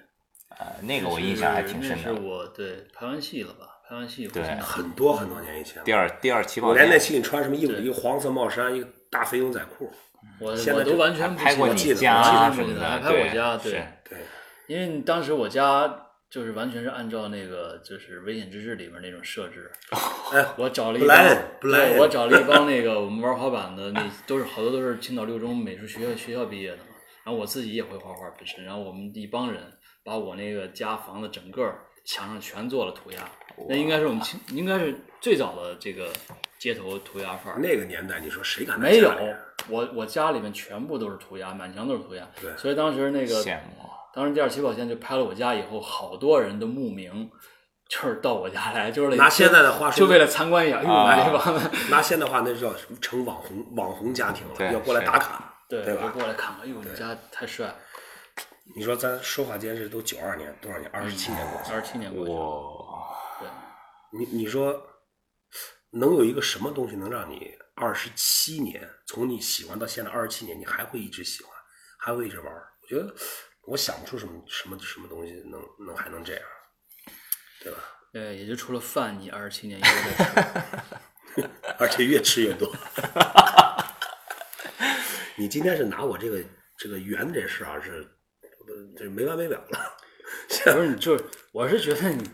S2: 呃，那个我印象还挺深
S3: 那是
S2: 的。
S3: 我对拍完戏了吧？拍完戏回
S2: 对
S3: 青岛
S1: 很多很多年以前了，
S2: 第二第二起跑
S1: 我连那
S2: 线
S1: 期你穿什么衣服，一个黄色帽衫，一个大肥牛仔裤，
S3: 我
S1: 现在
S3: 我
S1: 就
S3: 都完全不
S2: 拍过
S1: 我
S2: 你
S1: 记得
S2: 家
S1: 我记
S2: 啊
S3: 得
S2: 什么的，
S3: 还拍
S2: 对
S3: 我家对
S2: 是
S1: 对，
S3: 因为当时我家就是完全是按照那个就是危险之至里面那种设
S1: <laughs>
S3: 置，
S1: 哎，
S3: 我找了一
S1: 不
S3: 帮
S1: 赖不赖
S3: 对我找了一帮那个我们玩滑板的，那都是好多都是青岛六中美术学校学校毕业的嘛。然后我自己也会画画本身，然后我们一帮人把我那个家房子整个墙上全做了涂鸦，那应该是我们青应该是最早的这个街头涂鸦范儿。
S1: 那个年代你说谁敢在
S3: 没有
S1: 家里啊，
S3: 我我家里面全部都是涂鸦，满墙都是涂鸦
S1: 对，
S3: 所以当时那个
S2: 羡慕。啊
S3: 当时第二起跑线就拍了我家以后，好多人都慕名，就是到我家来，就是
S1: 拿现在的话说
S3: 就为了参观一下，哎呦，
S2: 啊
S1: <laughs>
S3: 这帮子，
S1: 拿现代话那叫什么成网红网红家庭
S2: 对
S1: 了，要过来
S2: 是
S1: 打卡。
S3: 对，
S1: 对
S3: 就
S1: 吧
S3: 过来看看，哎呦，你家太帅了，
S1: 你说咱说话间是都九二年多少年，二十七年过去了。
S3: 二十七年过去了，
S2: 哇，
S3: 对，
S1: 你你说能有一个什么东西能让你二十七年，从你喜欢到现在二十七年，你还会一直喜欢，还会一直玩儿？我觉得我想不出什么什么什么东西能能还能这样，对吧？
S3: 呃，也就除了饭，你二十七年一直在
S1: <laughs>
S3: 吃，
S1: 而且越吃越多。 <laughs> 你今天是拿我这个这个圆这事啊，是呃这没完没了了。
S3: 不是，你就是，我是觉得你，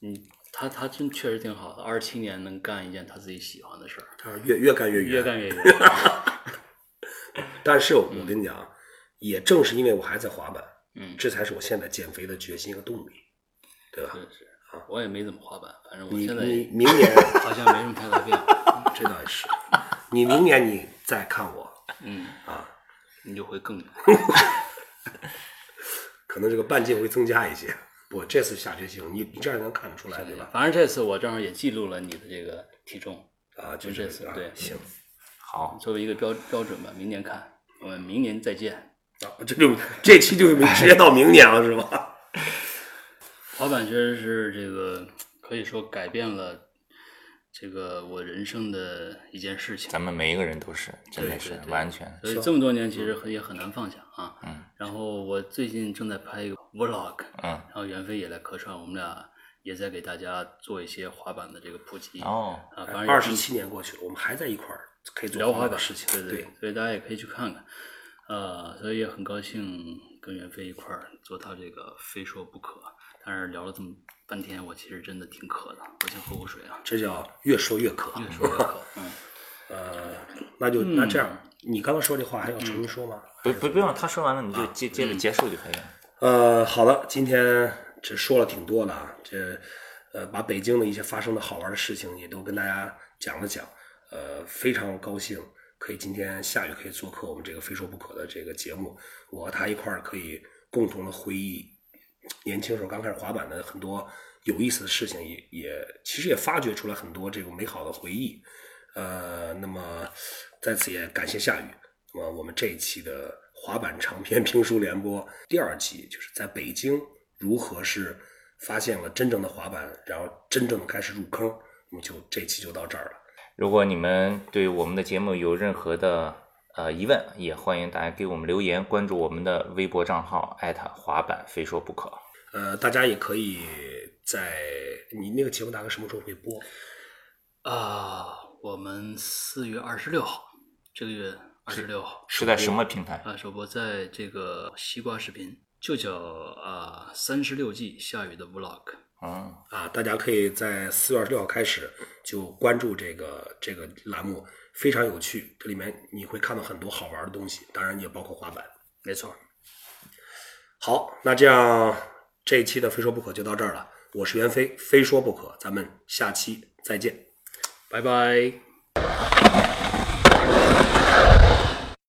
S3: 你他他真确实挺好的，二十七年能干一件他自己喜欢的事儿，
S1: 他说越越干越
S3: 越
S1: 远，
S3: <laughs> 干越远，
S1: 但是我我跟你讲，啊，也正是因为我还在滑板，
S3: 嗯，
S1: 这才是我现在减肥的决心和动力，对吧
S3: 真？是，我也没怎么滑板，反正我
S1: 你
S3: 现在
S1: 你
S3: 也
S1: 明年， <laughs>
S3: 好像没什么太大变化，
S1: 这倒也是，你明年你再看我，
S3: 嗯，
S1: 啊，
S3: 你就会更。
S1: 可能这个半径会增加一些。 <laughs> 不，这次下决心，你你这样能看得出来，对吧？
S3: 反正这次我正好也记录了你的这个体重，
S1: 啊，就
S3: 就这次
S1: 啊
S3: 对
S1: 行，
S2: 好，
S3: 作为一个标标准吧，明年看，我们明年再见。
S1: 啊，这
S3: <laughs>
S1: 就这期就直接到明年了，是吧？
S3: 滑板确实是这个可以说改变了这个我人生的一件事情，
S2: 咱们每一个人都是，真的
S3: 对
S2: 是
S3: 对对
S2: 完全
S3: 所以这么多年其实很也很难放下啊。
S2: 嗯。
S3: 然后我最近正在拍一个 vlog，
S2: 嗯。
S3: 然后袁飞也来客串，我们俩也在给大家做一些滑板的这个普及。
S2: 哦，
S3: <laughs> 啊，反正也
S1: 二
S3: 是
S1: 十七年过去了，我们还在一块儿，可以做
S3: 聊
S1: 同
S3: 滑
S1: 样
S3: 板
S1: 的事情。
S3: 对对，所以大家也可以去看看。呃，所以也很高兴跟袁飞一块儿做到这个非说不可，但是聊了这么半天，我其实真的挺渴的，我先喝口水啊。
S1: 这叫越说越渴。
S3: <laughs> 越说越渴， <laughs> 嗯，
S1: 呃，那就那这样，你刚刚说这话还要重新说吗？
S2: 嗯不不不用，他说完了你就接接着结束就可以了。
S1: 呃，好的，今天这说了挺多的啊，这呃把北京的一些发生的好玩的事情也都跟大家讲了讲，呃，非常高兴可以今天夏雨可以做客我们这个非说不可的这个节目，我和他一块儿可以共同的回忆年轻时候刚开始滑板的很多有意思的事情也，也其实也发掘出来很多这种美好的回忆。呃，那么在此也感谢夏雨。那么呃我们这一期的滑板长篇评书联播第二期，就是在北京如何是发现了真正的滑板，然后真正的开始入坑。那么就这期就到这儿了。
S2: 如果你们对我们的节目有任何的呃疑问，也欢迎大家给我们留言，关注我们的微博账号滑板非说不可。
S1: 呃，大家也可以在你那个节目大概什么时候会播？
S3: 啊、我们四月二十六号，这个月二十六号呃
S2: 是在什么平台？
S3: 啊，首播在这个西瓜视频就叫啊三十六计下雨的 vlog。
S2: 嗯，
S1: 啊，大家可以在四月二十六号开始就关注这个这个栏目，非常有趣，这里面你会看到很多好玩的东西，当然也包括滑板。
S3: 没错，
S1: 好，那这样这一期的《非说不可》就到这儿了，我是袁飞，非说不可，咱们下期再见。
S3: 拜拜。